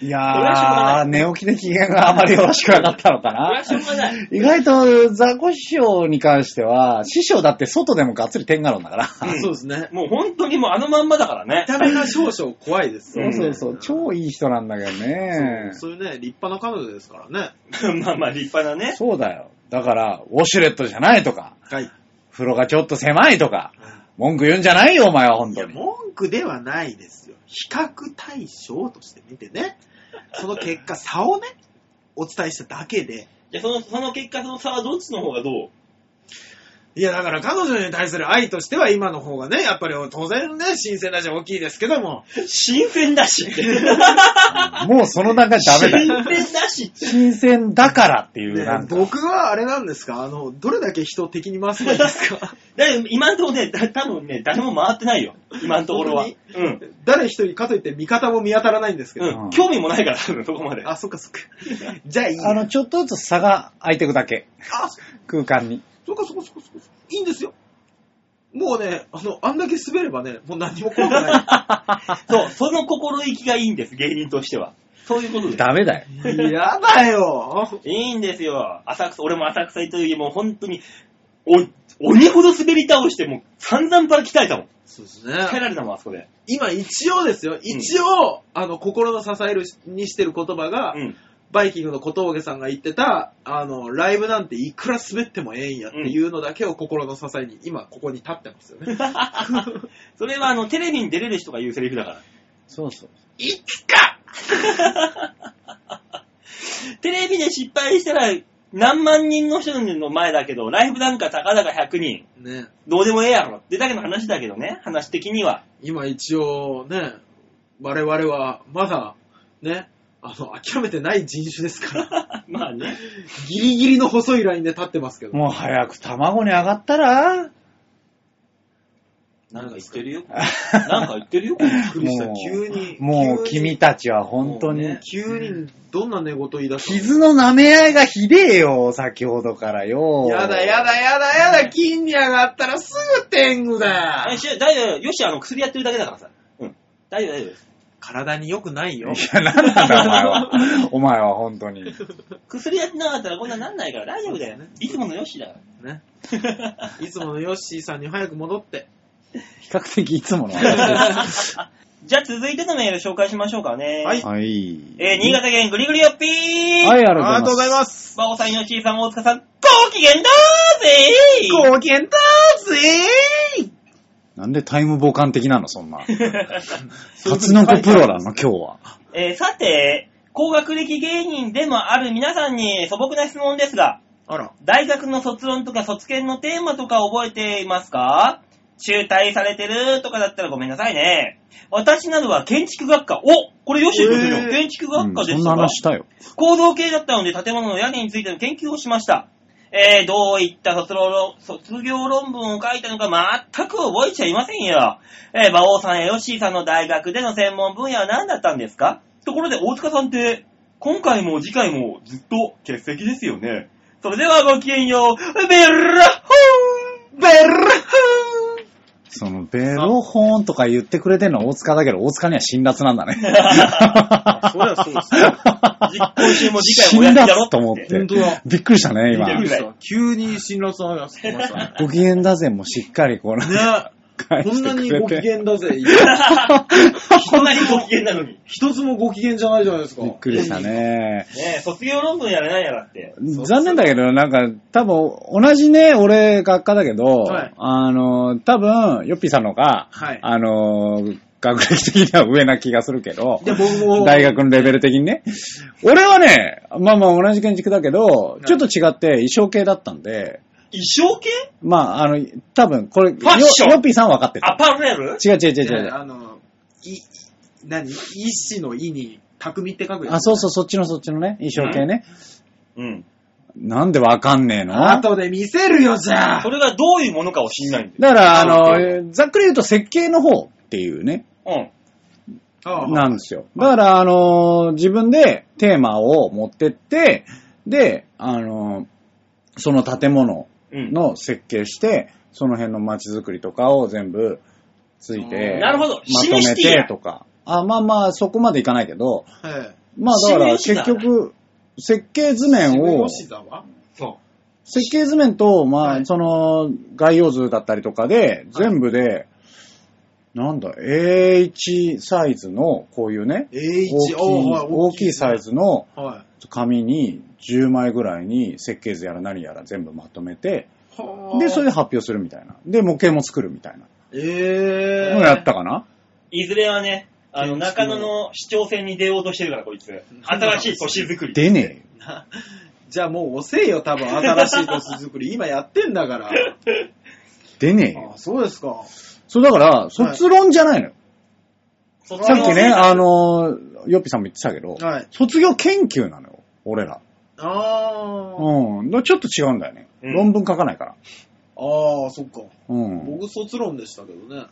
い俺はしょうがなやー、寝起きで機嫌があまりよろしくなかったのかそれは。しょうながない。意外と、ザコ師匠に関しては、師匠だって外でもがっつり天下論だから。んそうですね。もう本当にもうあのまんまだからね 見。た目が少々怖いです。そうそうそう、超いい人なんだけどね。そういうね、立派な彼女ですからね。まあまあ立派なね。そうだよ。だから、ウォシュレットじゃないとか、はい。風呂がちょっと狭いとか、文句言うんじゃないよ、お前は、本い当や、に。文句ではないですよ。比較対象として見てね。その結果、差をね、お伝えしただけで。じゃあその、その結果、その差はどっちの方がどういや、だから彼女に対する愛としては今の方がね、やっぱり当然ね、新鮮だし大きいですけども。新鮮だしって。もうその段階ダメだよ。新鮮だしって。新鮮だからっていう、ねなんか。僕はあれなんですかあの、どれだけ人を敵に回すんですか だけど今んとこね、だ多分ね、誰も回ってないよ。今のところは。本うん。誰一人かといって味方も見当たらないんですけど。うん。興味もないから、多分そこまで。あ、そっかそっか。じゃあいいや。あの、ちょっとずつ差が空いていくだけ。あ、空間に。そっかそっかそっかそっか。いいんですよ。もうね、あの、あんだけ滑ればね、もう何も怖く なそう、その心意気がいいんです、芸人としては。そういうことです。ダメだよ。い。やだよ。いいんですよ。浅草、俺も浅草というもう本当に、お、鬼ほど滑り倒して、もう散々から鍛えたもん。そうです鍛えね。られたもん、あそこで。今一応ですよ。一応、あの、心の支えるにしてる言葉が、うん。 バイキングの小峠さんが言ってた、あの、ライブなんていくら滑ってもええんやっていうのだけを心の支えに、今ここに立ってますよね。それはあの、テレビに出れる人が言うセリフだから。そうそう。いつか テレビで失敗したら何万人の人の前だけど、ライブなんかたかだか100人、ね、どうでもええやろってだけの話だけどね、話的には。 今一応ね、我々はまだ、ね、あの、諦めてない人種です から、まあね。ギリギリの細いラインで立ってますけど。もう早く卵に上がったらなんか言ってるよ。 なんか言ってるよ。これびっくりした、急に。 もう急に君たちは本当に、もうね急に、どんな寝言言い出したの傷の舐め合いがひでえよ、先ほどからよ。やだやだやだやだ、金に上がったらすぐ天狗だ あし大丈夫だよ。よし、あの、薬やってるだけだからさ。うん。大丈夫、大丈夫。体に良くないよ。いや、なんなんだお前は。お前は本当に。薬やってなかったらこんななんないから大丈夫だよそうで。いつものよしだから。ね。いつものヨッシーさんに早く戻って。比較的いつもの話 じゃあ続いてのメール紹介しましょうかね。はいです。はい。えー、新潟県ぐりぐりよっぴー。はいい、ありがとうございます。す。バオさん、ヨッシーさん、大塚さん、ご機嫌だーぜーご機嫌だーぜなんでタイム傍観的なの、そんな。タツノコプロなの、今日は。えーさて、高学歴芸人でもある皆さんに素朴な質問ですが、あら。大学の卒論とか卒検のテーマとか覚えていますか中退されてるとかだったらごめんなさいね。私などは建築学科。おこれよしですよ、えー建築学科うんでそしんたなが話したよ。構造系だったので建物の屋根についての研究をしました。えー、どういった卒論卒業論文を書いたのか全く覚えちゃいませんよ。えー、馬王さんやヨッシーさんの大学での専門分野は何だったんですかところで大塚さんって、今回も次回もずっと欠席ですよね。それではごきげんよう。ベラホベルその、ベロホーンとか言ってくれてんのは大塚だけど、大塚には辛辣なんだね。そりゃそうですよ。ーン今週も次回もおやってやろう辛辣と思っ本て当だ。びっくりしたね、今びっ。くりした急に辛辣なやつ来ました ね。ご機嫌だぜもしっかりこう、ね返こんしなてにくごれ機て。嫌だ ぜ。 こんなにご機嫌なのに。ね一つもご機嫌じゃないじゃないですか。びっくりした。ね。え、卒業論文やらないやらって。そう残念だけど、なんか、多分、同じね、俺、学科だけど、はいあの、多分、ヨッピーさんの方が、はいあの、学歴的には上な気がするけど、で、僕も、大学のレベル的にね。俺はね、まあまあ同じ建築だけどい、ちょっと違って衣装系だったんで、衣装系まあ、あの、多分、これ、よファッションヨッピーさんは分かってアた。パレル違う違う違う違う。あの、い、い何医師の医に、匠って書くやつ。あ、そうそう、そっちのそっちのね、衣装系ね。うん。なんでわかんねえのだか後で見せるよ、じゃあそれがどういうものかを知んないんだよ。ら、ああの、ざっくり言うと設計の方っていうね、うん。ああなんですよ。だから、あの、自分でテーマを持ってって、で、あの、その建物うん。の設計して、その辺の街づくりとかを全部ついて、なるほどまとシめネシティてやとか。あ、まあまあ、そこまでいかないけど、はい。まあだからシネシ結だな局、設計図面を、吉沢そ設計図面と、まあ、はいその、概要図だったりとかで、全部で、なんだ、A1 サイズの、こういうね、 A1 大きい、大きいサイ。ズのああはい紙に10枚ぐらいに設計図やら何やら全部まとめて、大きいねはい。で、それれ。で発表するみたいな。で、模型も作るみたいな。ええのやったかう。ないずれはね、あの、建築中野の市長選に出ようとしてるから、こいつ。新しい都市づくり。出ねなじゃあもう遅えよ、多分、新しいコス作 り。今やってんだから。えよ。出ねえあよ。あそうですか。そう、だから、卒論じゃないのよ。ささっきね、あ、のー、ヨッピさんも言ってたけど、はい。卒業研究なのよ、俺ら。ああ。うん。だちょっと違うんだよね。うん論文書かないから。ああ、そっか。うん。僕、卒論でしたけどね。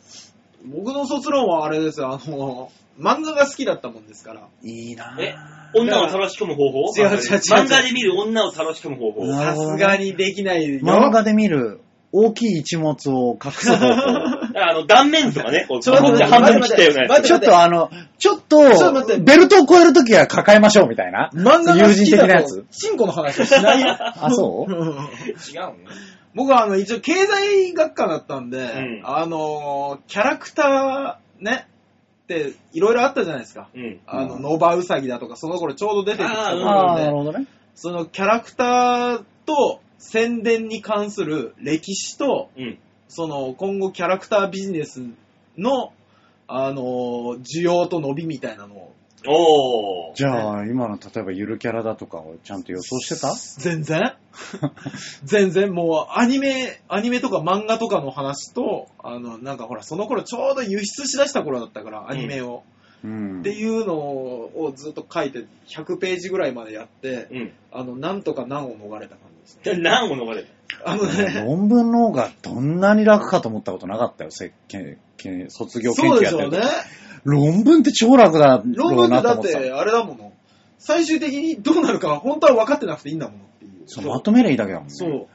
僕の卒論はあれですよ、あの、漫画が好きだったもんですから。いいなえ、女をさらし込む方法違う違う違う漫画で見る女をさらし込む方法。なさるほどすねがにできないよ。漫画で見る大きい一物を隠す方 法。あの、断面図とか ね、こう、ちょっと半待って分切ったようなや待つ。ってちょっとあの、ちょっとょっと待って、ベルトを超えるときは抱えましょうみたいな。漫画が友好き人的なだやとつ。、チンコの話はしないよ。 あ、そ う違うね。僕はあの一応経済学科だったんで、んあのーキャラクターね、って、いろいろあったじゃないですか。うん。あの、うんノバウサギだとか、その頃ちょうど出てきたうんあ頃あ、なでる、ほどね。そのキャラクターと宣伝に関する歴史と、うん。その今後キャラクタービジネスの、あのー需要と伸びみたいなのを、おー。じゃあ、今の例えばゆるキャラだとかをちゃんと予想してた全 然全然もうアニメ、アニメとか漫画とかの話と、あの、なんかほら、その頃ちょうど輸出しだした頃だったから、アニメを。うん。っていうのをずっと書いて、100ページぐらいまでやって、うん。あの、なんとか難を逃れた感じですね。じゃあ何を逃れるあのね、論文の方がどんなに楽かと思ったことなかったよ、せけけ卒業研そう究でやしってょうるねと。。論文って超楽だ論ろう文ってなとだっ思っててた。あれだもの最終的にどうなるか本当は分かってなくていいんだものっていうそうまとめりゃいいだけだもんね。そう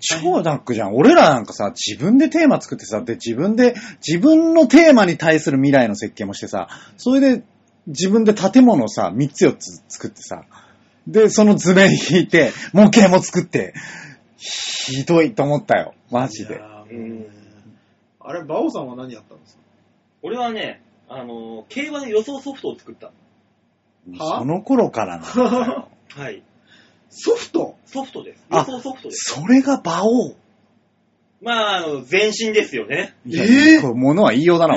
超ダックじゃん。俺らなんかさ、自分でテーマ作ってさ、で、自分で、自分のテーマに対する未来の設計もしてさ、それで、自分で建物をさ、3つ4つ作ってさ、で、その図面引いて、模型も作って、ひどいと思ったよ。マジいで。やーうんあれ馬王さんは何やったんですか俺はね、あのー、競馬の予想ソフトを作っ た。はその頃から なんだよ。はい。ソフトソフトです。予あ想ソフトです。それが馬王。まあ、あの、前進ですよね。いやえーこれ物は言いようだな、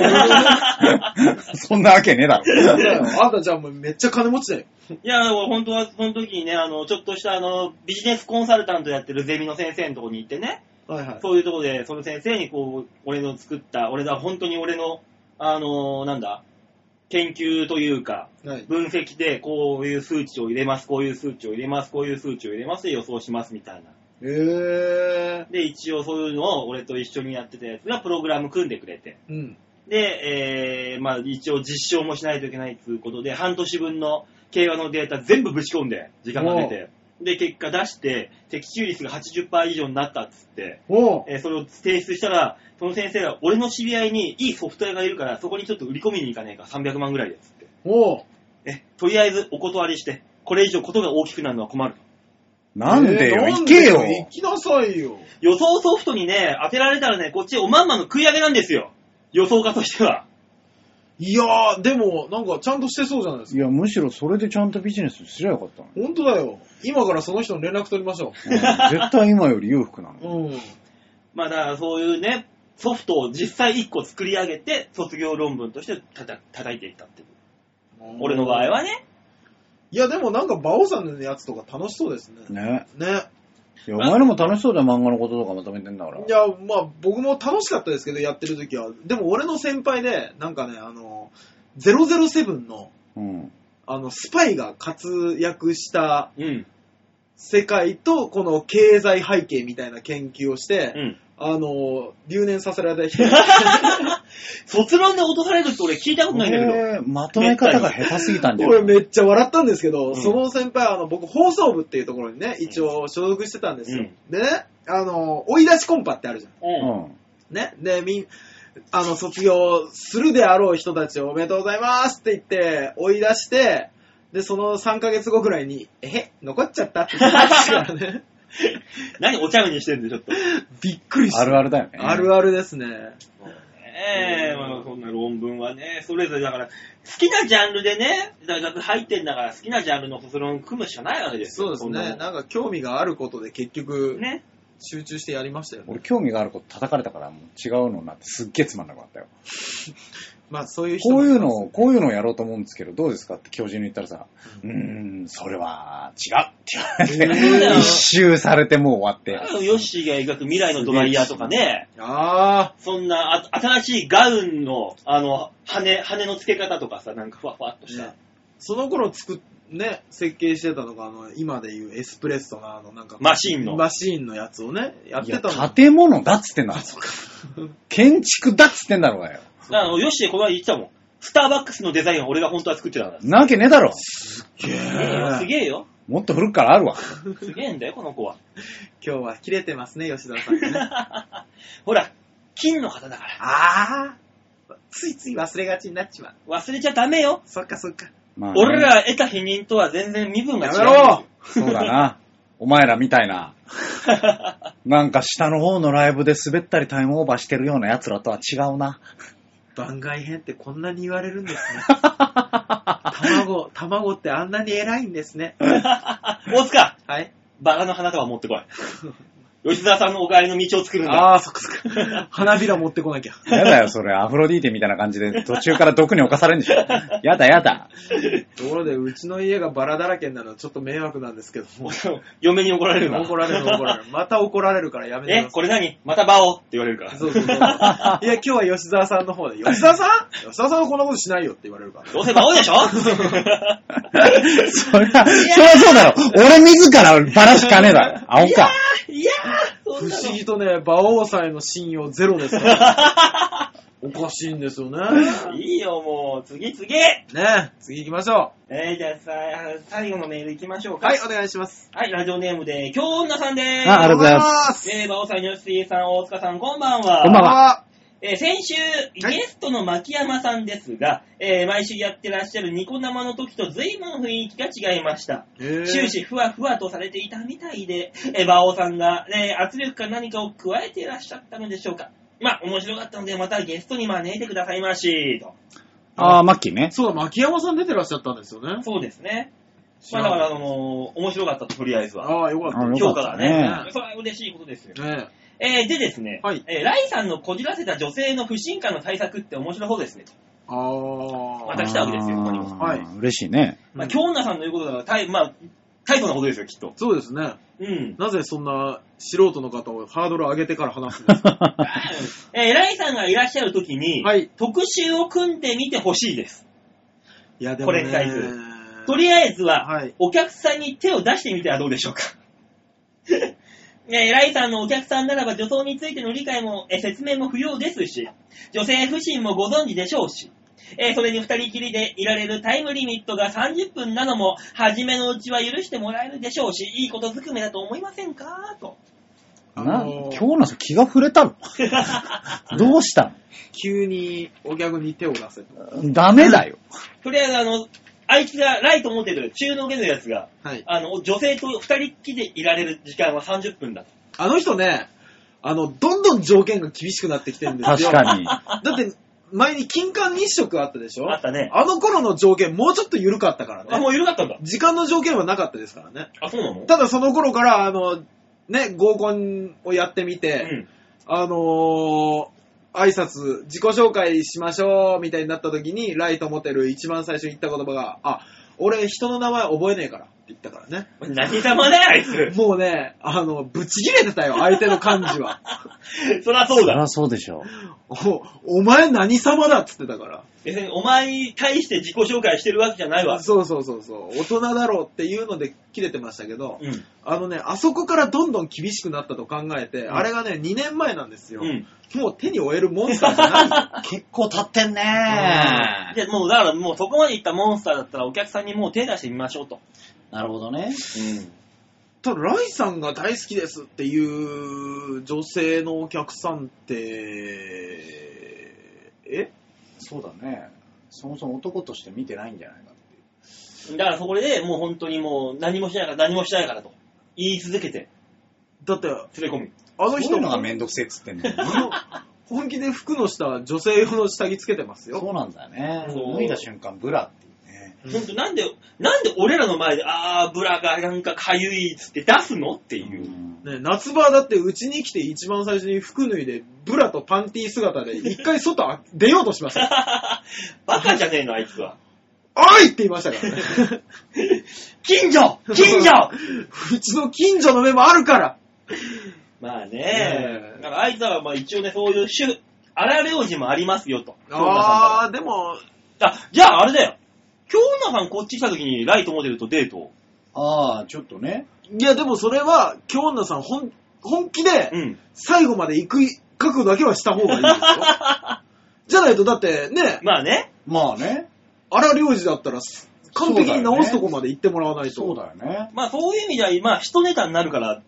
お前そんなわけねえだろ。あんたじゃあもうめっちゃ金持ちだよいや、俺本当はその時にね、あの、ちょっとしたあの、ビジネスコンサルタントやってるゼミの先生のとこに行ってね、はいはいそういうとこで、その先生にこう、俺の作った、俺だ、本当に俺の、あの、なんだ、研究というか、はい分析でこういう数値を入れます、こういう数値を入れます、こういう数値を入れますで予想しますみたいな。えで、一応そういうのを俺と一緒にやってたやつがプログラム組んでくれて。ー、うんで、えー、まあ一応実証もしないといけないということで、半年分の競馬のデータ全部ぶち込んで、時間が出て。で、結果出して、的中率が80%以上になったっつって、おうえーそれを提出したら、その先生が、俺の知り合いにいいソフトウェアがいるから、そこにちょっと売り込みに行かねえか、300万ぐらいでっつって。おうえ、とりあえずお断りして、これ以上ことが大きくなるのは困る。なんでよ、えー行けよ。行きなさいよ予想ソフトにね、当てられたらね、こっちおまんまの食い上げなんですよ。予想家としては。いやーでもなんかちゃんとしてそうじゃないですいかや、むしろそれでちゃんとビジネスすりゃよかったのに。本当だよ今からその人の連絡取りましょうん絶対今より裕福なの。ううんまあだからそういうね、ソフトを実際1個作り上げて、卒業論文としてたた叩いていったっていう。俺の場合はね、いやでもなんか馬王さんのやつとか楽しそうですねね。ねいや、お前のも楽しそうだよ、漫画のこととかまとめてんだからい。や、まあ、僕も楽しかったですけど、やってる時は。でも、俺の先輩で、なんかね、あの、007の、うん。あの、スパイが活躍したうん、世界と、この経済背景みたいな研究をして、うん。あの、留年させられた人。卒論で落とされるって俺聞いたことないんだけど、えーまとめ方が下手すぎたんじゃな俺いめっちゃ笑ったんですけど、うんその先輩、あの、僕、放送部っていうところにね、一応所属してたんですよ。でね、あの、追い出しコンパってあるじゃん。うん。ね、で、みん、あの、卒業するであろう人たちをおめでとうございますって言って、追い出して、で、その3ヶ月後ぐらいに、えへ、残っちゃったって言ってましたからね。何お茶目にしてんで、ちょっと。びっくりうん。した。あるあるだよね。あるあるですね。ええまあそんな論文はね、それぞれだから、好きなジャンルでね、大学入ってんだから、好きなジャンルの卒論を組むしかないわけですそうよ。ですこんね。ななんか興味があることで結も局ん、ね。集中してやりましたよね。俺興味があること叩かれたから、もう違うのになってすっげえつまんなくなったよ。まあそういう人こもうまいすうのを、こういうのをやろうと思うんですけど、どうですかって教授に言ったらさ、ううーんん、それは違うってえ言わーそうだれよて、一 周されてもう終わって。ヨッシーが描く未来のドライヤーとかね、あそんなあ新しいガウンの、あの、羽、羽の付け方とかさ、なんかふわふわっとー、した。ねその頃作っ、ね、設計してたのが、あの、今でいうエスプレッソのあの、なんか、マシンの。マシーンのやつをね、やっいてや、たの。建物だっつってんだろ。建築だっつってんだろうがよ。あのヨッシーこの前言ってたもん。スターバックスのデザインを俺が本当は作ってたんだ。すなわけねえだろ。げげえよ、すーげえよ。もっと古くからあるわ。すげえんだよ、この子は。今日は切れてますね、吉田さんね。ほら、金の方だから。ああついつい忘れがちになっちまう。忘れちゃダメよ。そっかそっか。まあね俺ら得た否認とは全然身分が違うんやめろそうだな。お前らみた いな。なんか下の方のライブで滑ったりタイムオーバーしてるような奴らとは違うな。番外編ってこんなに言われるんですね。卵、卵ってあんなに偉いんですね。大塚、はい。バラの花束持ってこ い。吉沢さんのお帰りの道を作るんだ。ああ、そっかそっ か。花びら持ってこなきゃ。やだよ、それ。アフロディーテみたいな感じで、途中から毒に侵されるんでしょ。やだ、やだ。ところで、うちの家がバラだらけになるのはちょっと迷惑なんですけども。嫁に怒られるな。 怒られる、怒られる。また怒られるからやめて くえ、ださこれ何またバオって言われるからい。。そう そうそう。いや、今日は吉沢さんの方で、 吉沢さん吉沢さんはこんなことしないよって言われるから。どうせバオでしょ そりゃ、そりゃそうだろ。俺自らバラしかねえだろ。青か。いやー、そ不んなの思議とね、馬王さんへの信用ゼロですから。 おかしいんですよね。いいよ、もう。次、次。ね次行きましょえー、じゃあさ、最後のメール行きましょうう。か。はい、お願いします。はい、ラジオネームで、京女さんでーす。あありがとうございますますえー、馬尾さん、吉井さん、大塚さん、こんばんは。こんばんはえー先週、ゲストの牧山さんですが、えー毎週やってらっしゃるニコ生の時と随分雰囲気が違いました。終始ふわふわとされていたみたいで、えー、馬王さんが、えー圧力か何かを加えていらっしゃったのでしょうか。まあ、面白かったので、またゲストに招いてくださいまし、と。あー、マッキーね。そうだ、牧山さん出てらっしゃったんですよね。そうですね。まあ、だから、あのー面白かったと、とりあえずは。ああ、よかった。あよ評かっ価がたねね。それは嬉しいことですよ。ねえーでですね、はいえーライさんのこじらせた女性の不信感の対策って面白い方ですね、と。ああ。また来たわけですよここにもはいあー嬉しいね。まあ、うん京奈さんの言うことだから、大まあ、大層なことですよ、きっと。そうですね。うん。なぜそんな素人の方をハードル上げてから話すんで すかあえーライさんがいらっしゃるときに、はい。特集を組んでみてほしいです。いや、でもね。これサイズとりあえずは、はいお客さんに手を出してみてはどうでしょうか。 ねライさんのお客さんならば女装についての理解も、えー説明も不要ですし、女性不信もご存知でしょうし、えーそれに二人きりでいられるタイムリミットが30分なのも、初めのうちは許してもらえるでしょうし、いいことずくめだと思いませんかと。あなのー今日のさ、気が触れた のどうした急にお客に手を出せと。のダメだよ。とりあえず、あの、あいつがライト持ってる中の下のやつが、はい。あの、女性と二人っきりでいられる時間は30分だ。あの人ね、あの、どんどん条件が厳しくなってきてるんです確よ。かに。だって、前に金環日食あったでしょあったねあの頃の条件、もうちょっと緩かったからあ、もね。う緩かったんだ。時間の条件はなかったですからね。あ、そうなのただその頃から、あの、ね、合コンをやってみて、うん。あのー挨拶、自己紹介しましょう、みたいになった時に、ライトモテル一番最初に言った言葉が、あ、俺人の名前覚えねえからって言ったから ね。何様だよ、あいつ。もうね、あの、ぶち切れてたよ、相手の感じは。 そりゃそうそりだ。ゃそうでしょ。お、お前何様だっつってたから。別にお前に対して自己紹介してるわけじゃないわ。そうそうそうそう。大人だろうっていうので切れてましたけど、うん。あのね、あそこからどんどん厳しくなったと考えて、んあれがね、2年前なんですよ。うん。もう手に負えるモンスターじゃ ない。結構経ってんねうで、もうだからもうそこまでいったモンスターだったらお客さんにもう手出してみましょうと。なるほどね。うん。ただ、ライさんが大好きですっていう女性のお客さんって、えそうだね。そもそも男として見てないんじゃないかっていう。だからそこでもう本当にもう何もしないから何もしないからと言い続けてだって、連れ込む。あの人んどくせえっつってんの。あの本気で服の下、女性用の下着つけてますよ。 そうなんだよね。そう脱いだ瞬間、ブラっていうね。うんほんと、なんで、なんで俺らの前で、あー、ブラがなんかかゆいっつって出すのっていう。ね、夏場だってうちに来て一番最初に服脱いでブラとパンティ姿で一回外あ出ようとしましたよ。バカじゃねえの、あいつは。 おいって言いましたからね。近 所近所うちの近所の目もあるからまあねねえだからあいつはまあ一応ね、そういう種、荒領事もありますよと。京奈さあー、でも、んから。あ、じゃああれだよ。京奈さんこっち来た時にライトモデルとデートを。ああ、ちょっとね。いやでもそれは、京女さん本本気うでん。最後まで行く覚悟だけはした方がいいですよ。じゃないとだってね、まあね。まあね。荒領事だったらす完璧に直すとこまで行ってもらわないと。そうだよね。まあそういう意味では、まあ一ネタになるから、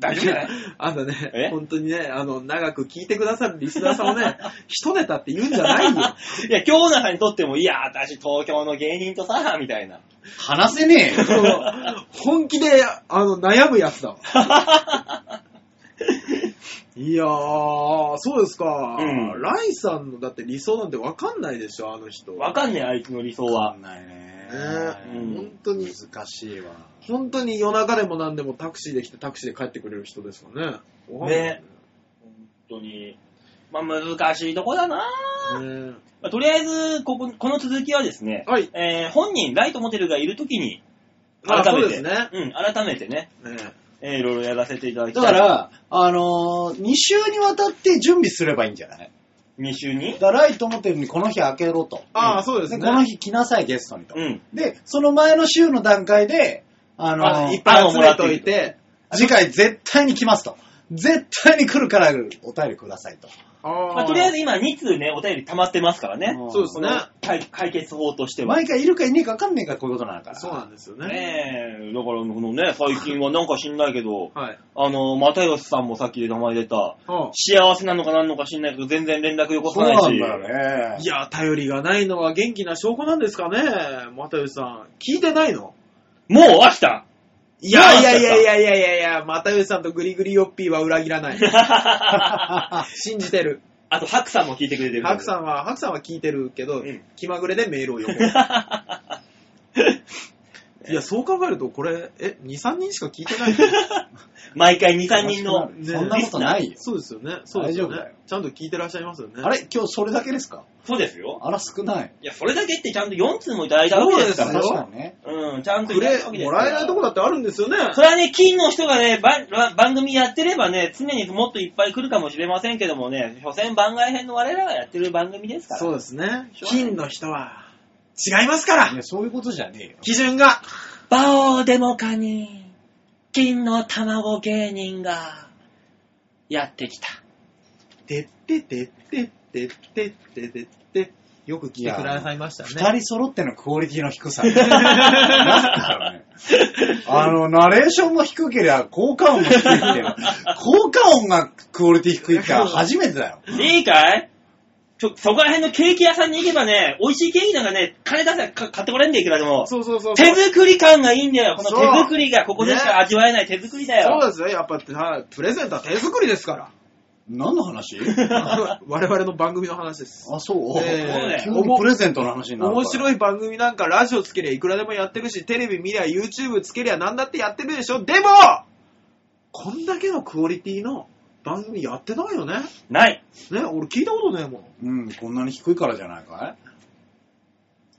大丈夫じゃないあのえね、本当にね、あの、長く聞いてくださるリスナーさんをね、 一ネタって言うんじゃないよ。 いや、京奈さんにとっても、いや、私東京の芸人とさ、みたいな。話せねえよ。本気で、あの、悩むやつだわ。いやー、そうですか。うんライさんのだって理想なんてわかんないでしょ、あの人。わかんねえ、あいつの理想わは。かんないねね、。本当に、難しいわ。本当に夜中でも何でもタクシーで来てタクシーで帰ってくれる人ですからね。わかんないね本当に。まあ、難しいとこだなぁ、ねまあとりあえず、ここ、この続きはですね、はいえー本人、ライトモテルがいるときに、まあ改めそて、うですうん、改めてね、ねえーいろいろやらせていただきただい。か、ら、あのー、2週にわたって準備すればいいんじゃない2週にだからライトモテルにこの日開けろと。ああ、そうですね。この日来なさい、ゲストにと。うん。で、その前の週の段階で、あのーあいっぱい集めと集めいて。次回絶対に来ますと。絶対に来るからお便りくださいと。あまあ、とりあえず今2通ね、お便り溜まってますからね。うんそうですね。解解決法としては。毎回いるかいねえか分かんねえからこういうことなんだから。そうなんですよね。ねえ、だからこのね、最近はなんか知んないけど、はい。あの、又吉さんもさっき名前出た、ああ幸せなのかなんのか知んないけど、全然連絡よこさそうないし。なんだよね。いや、頼りがないのは元気な証拠なんですかね、又吉さん。聞いてないのもう終わった いやいやいやいやいやいやい や、又吉さんとグリグリヨッピーは裏切ら ない。信じてる。あと、白さんも聞いてくれてる。ハクさん。んは、ハクさんは聞いてるけど、うん気まぐれでメールを読む。 いや、そう考えると、これ、え、2、3人しか聞いてないの毎回2、3人の。ね そんなことないよ。 そうですよね。そうですよ大丈夫だねよ。ちゃんと聞いてらっしゃいますよね。あれ今日それだけですかそうですよ。あら、少ない。いや、それだけってちゃんと4通もいただいたわけですから。そうです確よかにね。うん、ちゃんといくただいれたわけ、ですもかららえないとこだってあるんですよね。それはね、金の人がね、番番組やってればね、常にもっといっぱい来るかもしれませんけどもね、所詮番外編の我らがやってる番組ですから。そうですね。しょうがない金の人は、違いますかいらや、そういうことじゃねえよ。基準が。バオデモカに、金の卵芸人が、やってきた。てってってってってってってってって、よく来てくださいました二ね。人揃ってのクオリティの低さ。 なんだろうね。あの、ナレーションも低けりゃ、効果音も低いっていう。効果音がクオリティ低い って初めてだよ。いいかいちょ、そこら辺のケーキ屋さんに行けばね、美味しいケーキなんかね、金出せばか買ってこれんでいくらでも。そうそうそうそう。手作り感がいいんだよ。このそう手作りが、ここでしか味わえない手作りだそうよ。ですよ。やっぱはいプレゼントは手作りですから。何の 話我々の番組の話です。あ、そう、ええ急にプレゼントの話になるから。面白い番組なんかラジオつけりゃいくらでもやってるし、テレビ見りゃ YouTube つけりゃなんだってやってるでしょでもこんだけのクオリティの番組やってないよねない。ね俺聞いたことねえもん。うん、こんなに低いからじゃないか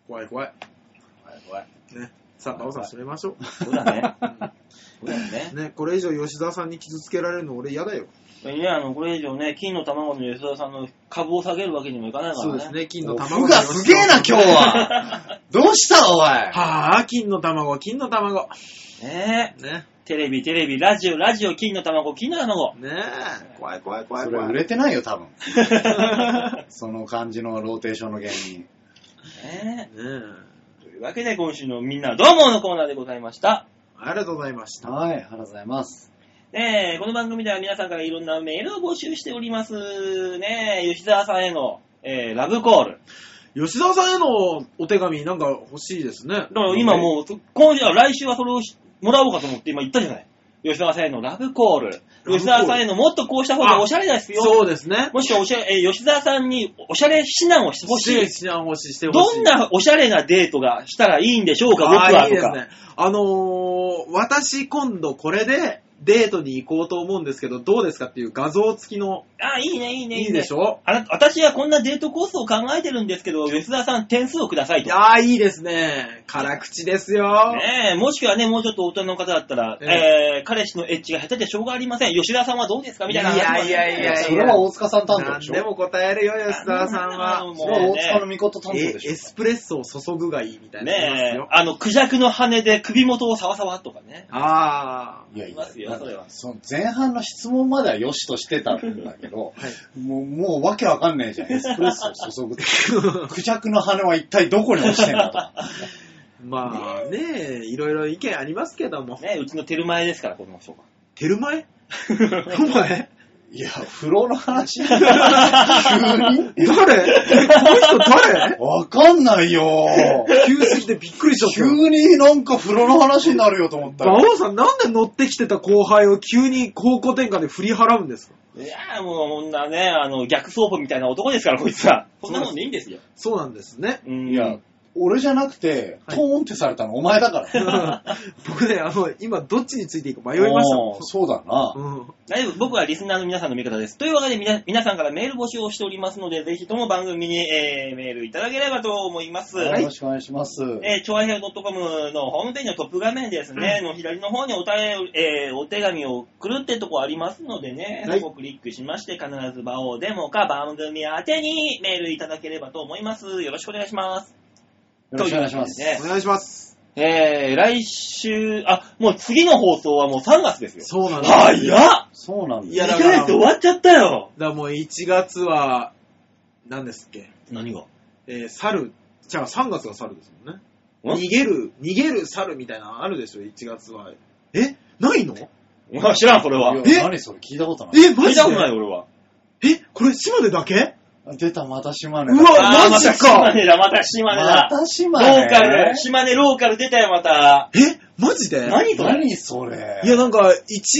怖い怖い。いはいはい。ね。さあ、バオさん締めましょう。そうだ ね。そうだよね。ね、これ以上吉沢さんに傷つけられるの俺嫌だよ。ね、あの、これ以上ね、金の卵の吉田さんの株を下げるわけにもいかないからね。そうです。ね、金の服卵。がすげえな、今日。は。どうしたお い。はあ、金の卵、金の卵。ねえね、テレビ、テレビ、ラジオ、ラジオ、金の卵、金の 卵。ねえ、怖い怖い怖いそれ怖売い。れてないよ、多分。その感じのローテーションの芸人。ねねええというわけで、今週のみんなどうものコーナーでございました。ありがとうございました。はい、ありがとうございます。ねえ、この番組では皆さんからいろんなメールを募集しております。ねえ、吉沢さんへの、えーラブコール。吉沢さんへのお手紙なんか欲しいですね。だから今もう、今週、あ来週はそれをしもらおうかと思って今言ったじゃない。吉沢さんへのラブコール。コール吉沢さんへのもっとこうした方がおしゃれですよ。そうですね。 もしくはおしゃれ、えー吉沢さんにおしゃれ指南をしてほしい。し欲しいしてほしどい。んなおしゃれなデートがしたらいいんでしょうか、僕あはあ、いいとですか。ね。あのー、私今度これでデートに行こうと思うんですけど、どうですかっていう画像付きの、あ、いいね、いいね、いいでしょあな私はこんなデートコースを考えてるんですけど、吉沢さん点数をくださいと。ああ、いいですね。辛口ですよ。ねえ、もしくはね、もうちょっと大人の方だったら、ええー彼氏のエッジが下手でしょうがありません。吉沢さんはどうですかみたいな話もあるんでいやいやいやいやそれは大塚さん担当なでんしょ。でも答えるよ、吉沢さんあのは。それは大塚のね御事担当えでしょ。エスプレッソを注ぐがいいみたいなのありますねえよ。、あの、クジャクの羽で首元をサワサワとかね。ああ。いやいますよなんかそれはの前半の質問までは良しとしてたんだけど、はいもう、もうわけわかんないじゃん。エスプレッソを注ぐって。クジャクの羽は一体どこに落ちてんだとか。 まあねえ、いろいろ意見ありますけども。ねえうちのテルマエですから、この人が。テル マエお前いや、風呂の話急誰えこのに人誰わかんないよ。急すぎてびっくりしちゃったよ。急になんか風呂の話になるよと思った馬ら。王さん、なんで乗ってきてた後輩を急に方向転換で振り払うんですかいやーもう、こんなね、あの、逆走歩みたいな男ですから、こいつ は。こんなもんでいいんですよ。そうなんですね。うん。いや、俺じゃなくて、はトいーンってされたのお前だから。僕ね、あの、今どっちについていいか迷いましたもん。そうだな。うん大丈夫。僕はリスナーの皆さんの味方です。というわけで、みな皆さんからメール募集をしておりますので、ぜひとも番組に、えーメールいただければと思います。はいよろしくお願いします。えー、超愛平 .com のホームページのトップ画面ですね、の左の方にお便り、えーお手紙を送るってとこありますのでね、はいそこクリックしまして、必ず場をデモか番組宛てにメールいただければと思います。よろしくお願いします。よろしくお願いしまとす。うわけでお願いします。ね、えー、来週、あ、もう次の放送はもう3月ですよ。そうなんです。早っ !2 そうなんだいやよ。だヶから月終わっちゃったよだからもう1月は、何ですっけ何がえー、猿。じゃあ3月が猿ですもんね。ん逃げる、逃げる猿みたいなのあるでしょ、1月は。えないのお前 知らん、それは。いやえ何それ聞いたことない。え、マ見ジたことない、で俺は。え、これ島根だけ出た、また島根。うわあーマジまたか島根だ、また島根まだ。た島ロ根ーカル、島根ローカル出たよ、また。え、マジで何それ何それいや、なんか、1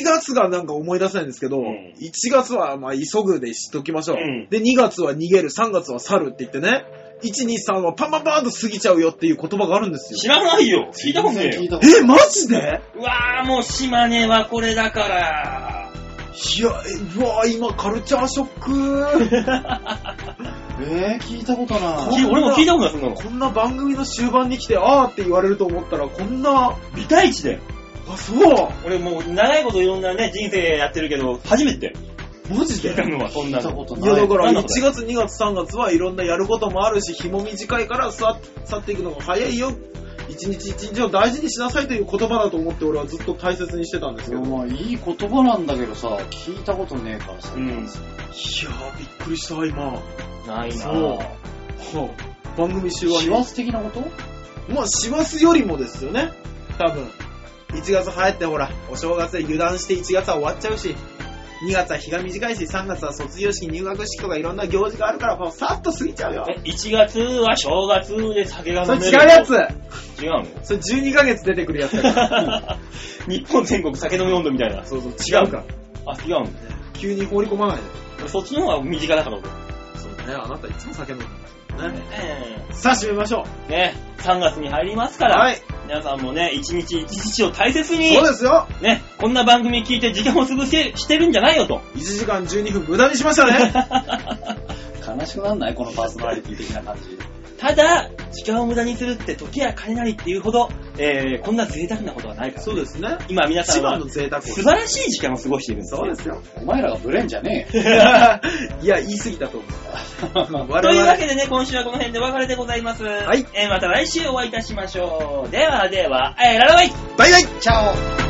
月がなんか思い出せないんですけど、ん1月は、まあ、急ぐで知っときましょう。うんで、2月は逃げる、3月は去るって言ってね、1、2、3はパンパンパンと過ぎちゃうよっていう言葉があるんですよ知。らないよ。聞いたことね全然え聞いよ。たことないえ、マジでうわー、もう島根はこれだから。いや、えうわ今、カルチャーショック。えー、聞いたことなこきい。俺も聞いたことない、そんなの。 こんな番組の終盤に来て、あーって言われると思ったら、こんな、美大地だよ。あ、そう俺もう長いこといろんなね、人生やってるけど、初めてだよ。マジ聞いでたのは、そん聞ないたの。こといない。やだからなんだ1これ月2月3月はいろんなやることもあるし日も短いから去去っていくのが早いよ一日一日を大事にしなさいという言葉だと思って俺はずっと大切にしてたんですいけやどいやまあいい言葉なんだけどさ、聞いたことねえからさ。うんーびっくりした今、はないなそうぁ。あ番組終師わ走的なことりまあ師走よりもですよね多分1月早ってほらお正月で油断して1月は終わっちゃうし2月は日が短いし3月は卒業式入学式とかいろんな行事があるからもうさっと過ぎちゃうよえ1月は正月で酒がそ飲れめ違る。うやつ違うのそれ12ヶ月出てくるやつだから 日本全国酒飲み温度みたいな。そうそう、違違ううかか。あ、違うの急に放り込まないで。俺そっちの方が身近だから、そうね、あなたいつも酒飲んでま俺。ね。ねさあ、締めましょえね3月に入りますう。から、はい。皆さんもね、一日一日を大切にそう、ですよ。ね、こんな番組聞いて時間を潰してしてるんじゃないよと。 1時間12分無駄にしましたね。悲しくなんないこのパーソナリティ的な感じ。ただ、時間を無駄にするって時や金なりっていうほど、えー、こんな贅沢なことはないから。そうですね。今皆さ一んは番の贅沢を素晴らしい時間を過ごしているんですよ。そうですよ。お前らがブレんじゃねえよ。いや、言 い過ぎたと思 う。我というわ々けでね、今週はこの辺でお別れでございます。はいえー、また来週お会いいたしましょう。ではでは、えー、ララバイバイバイチャオ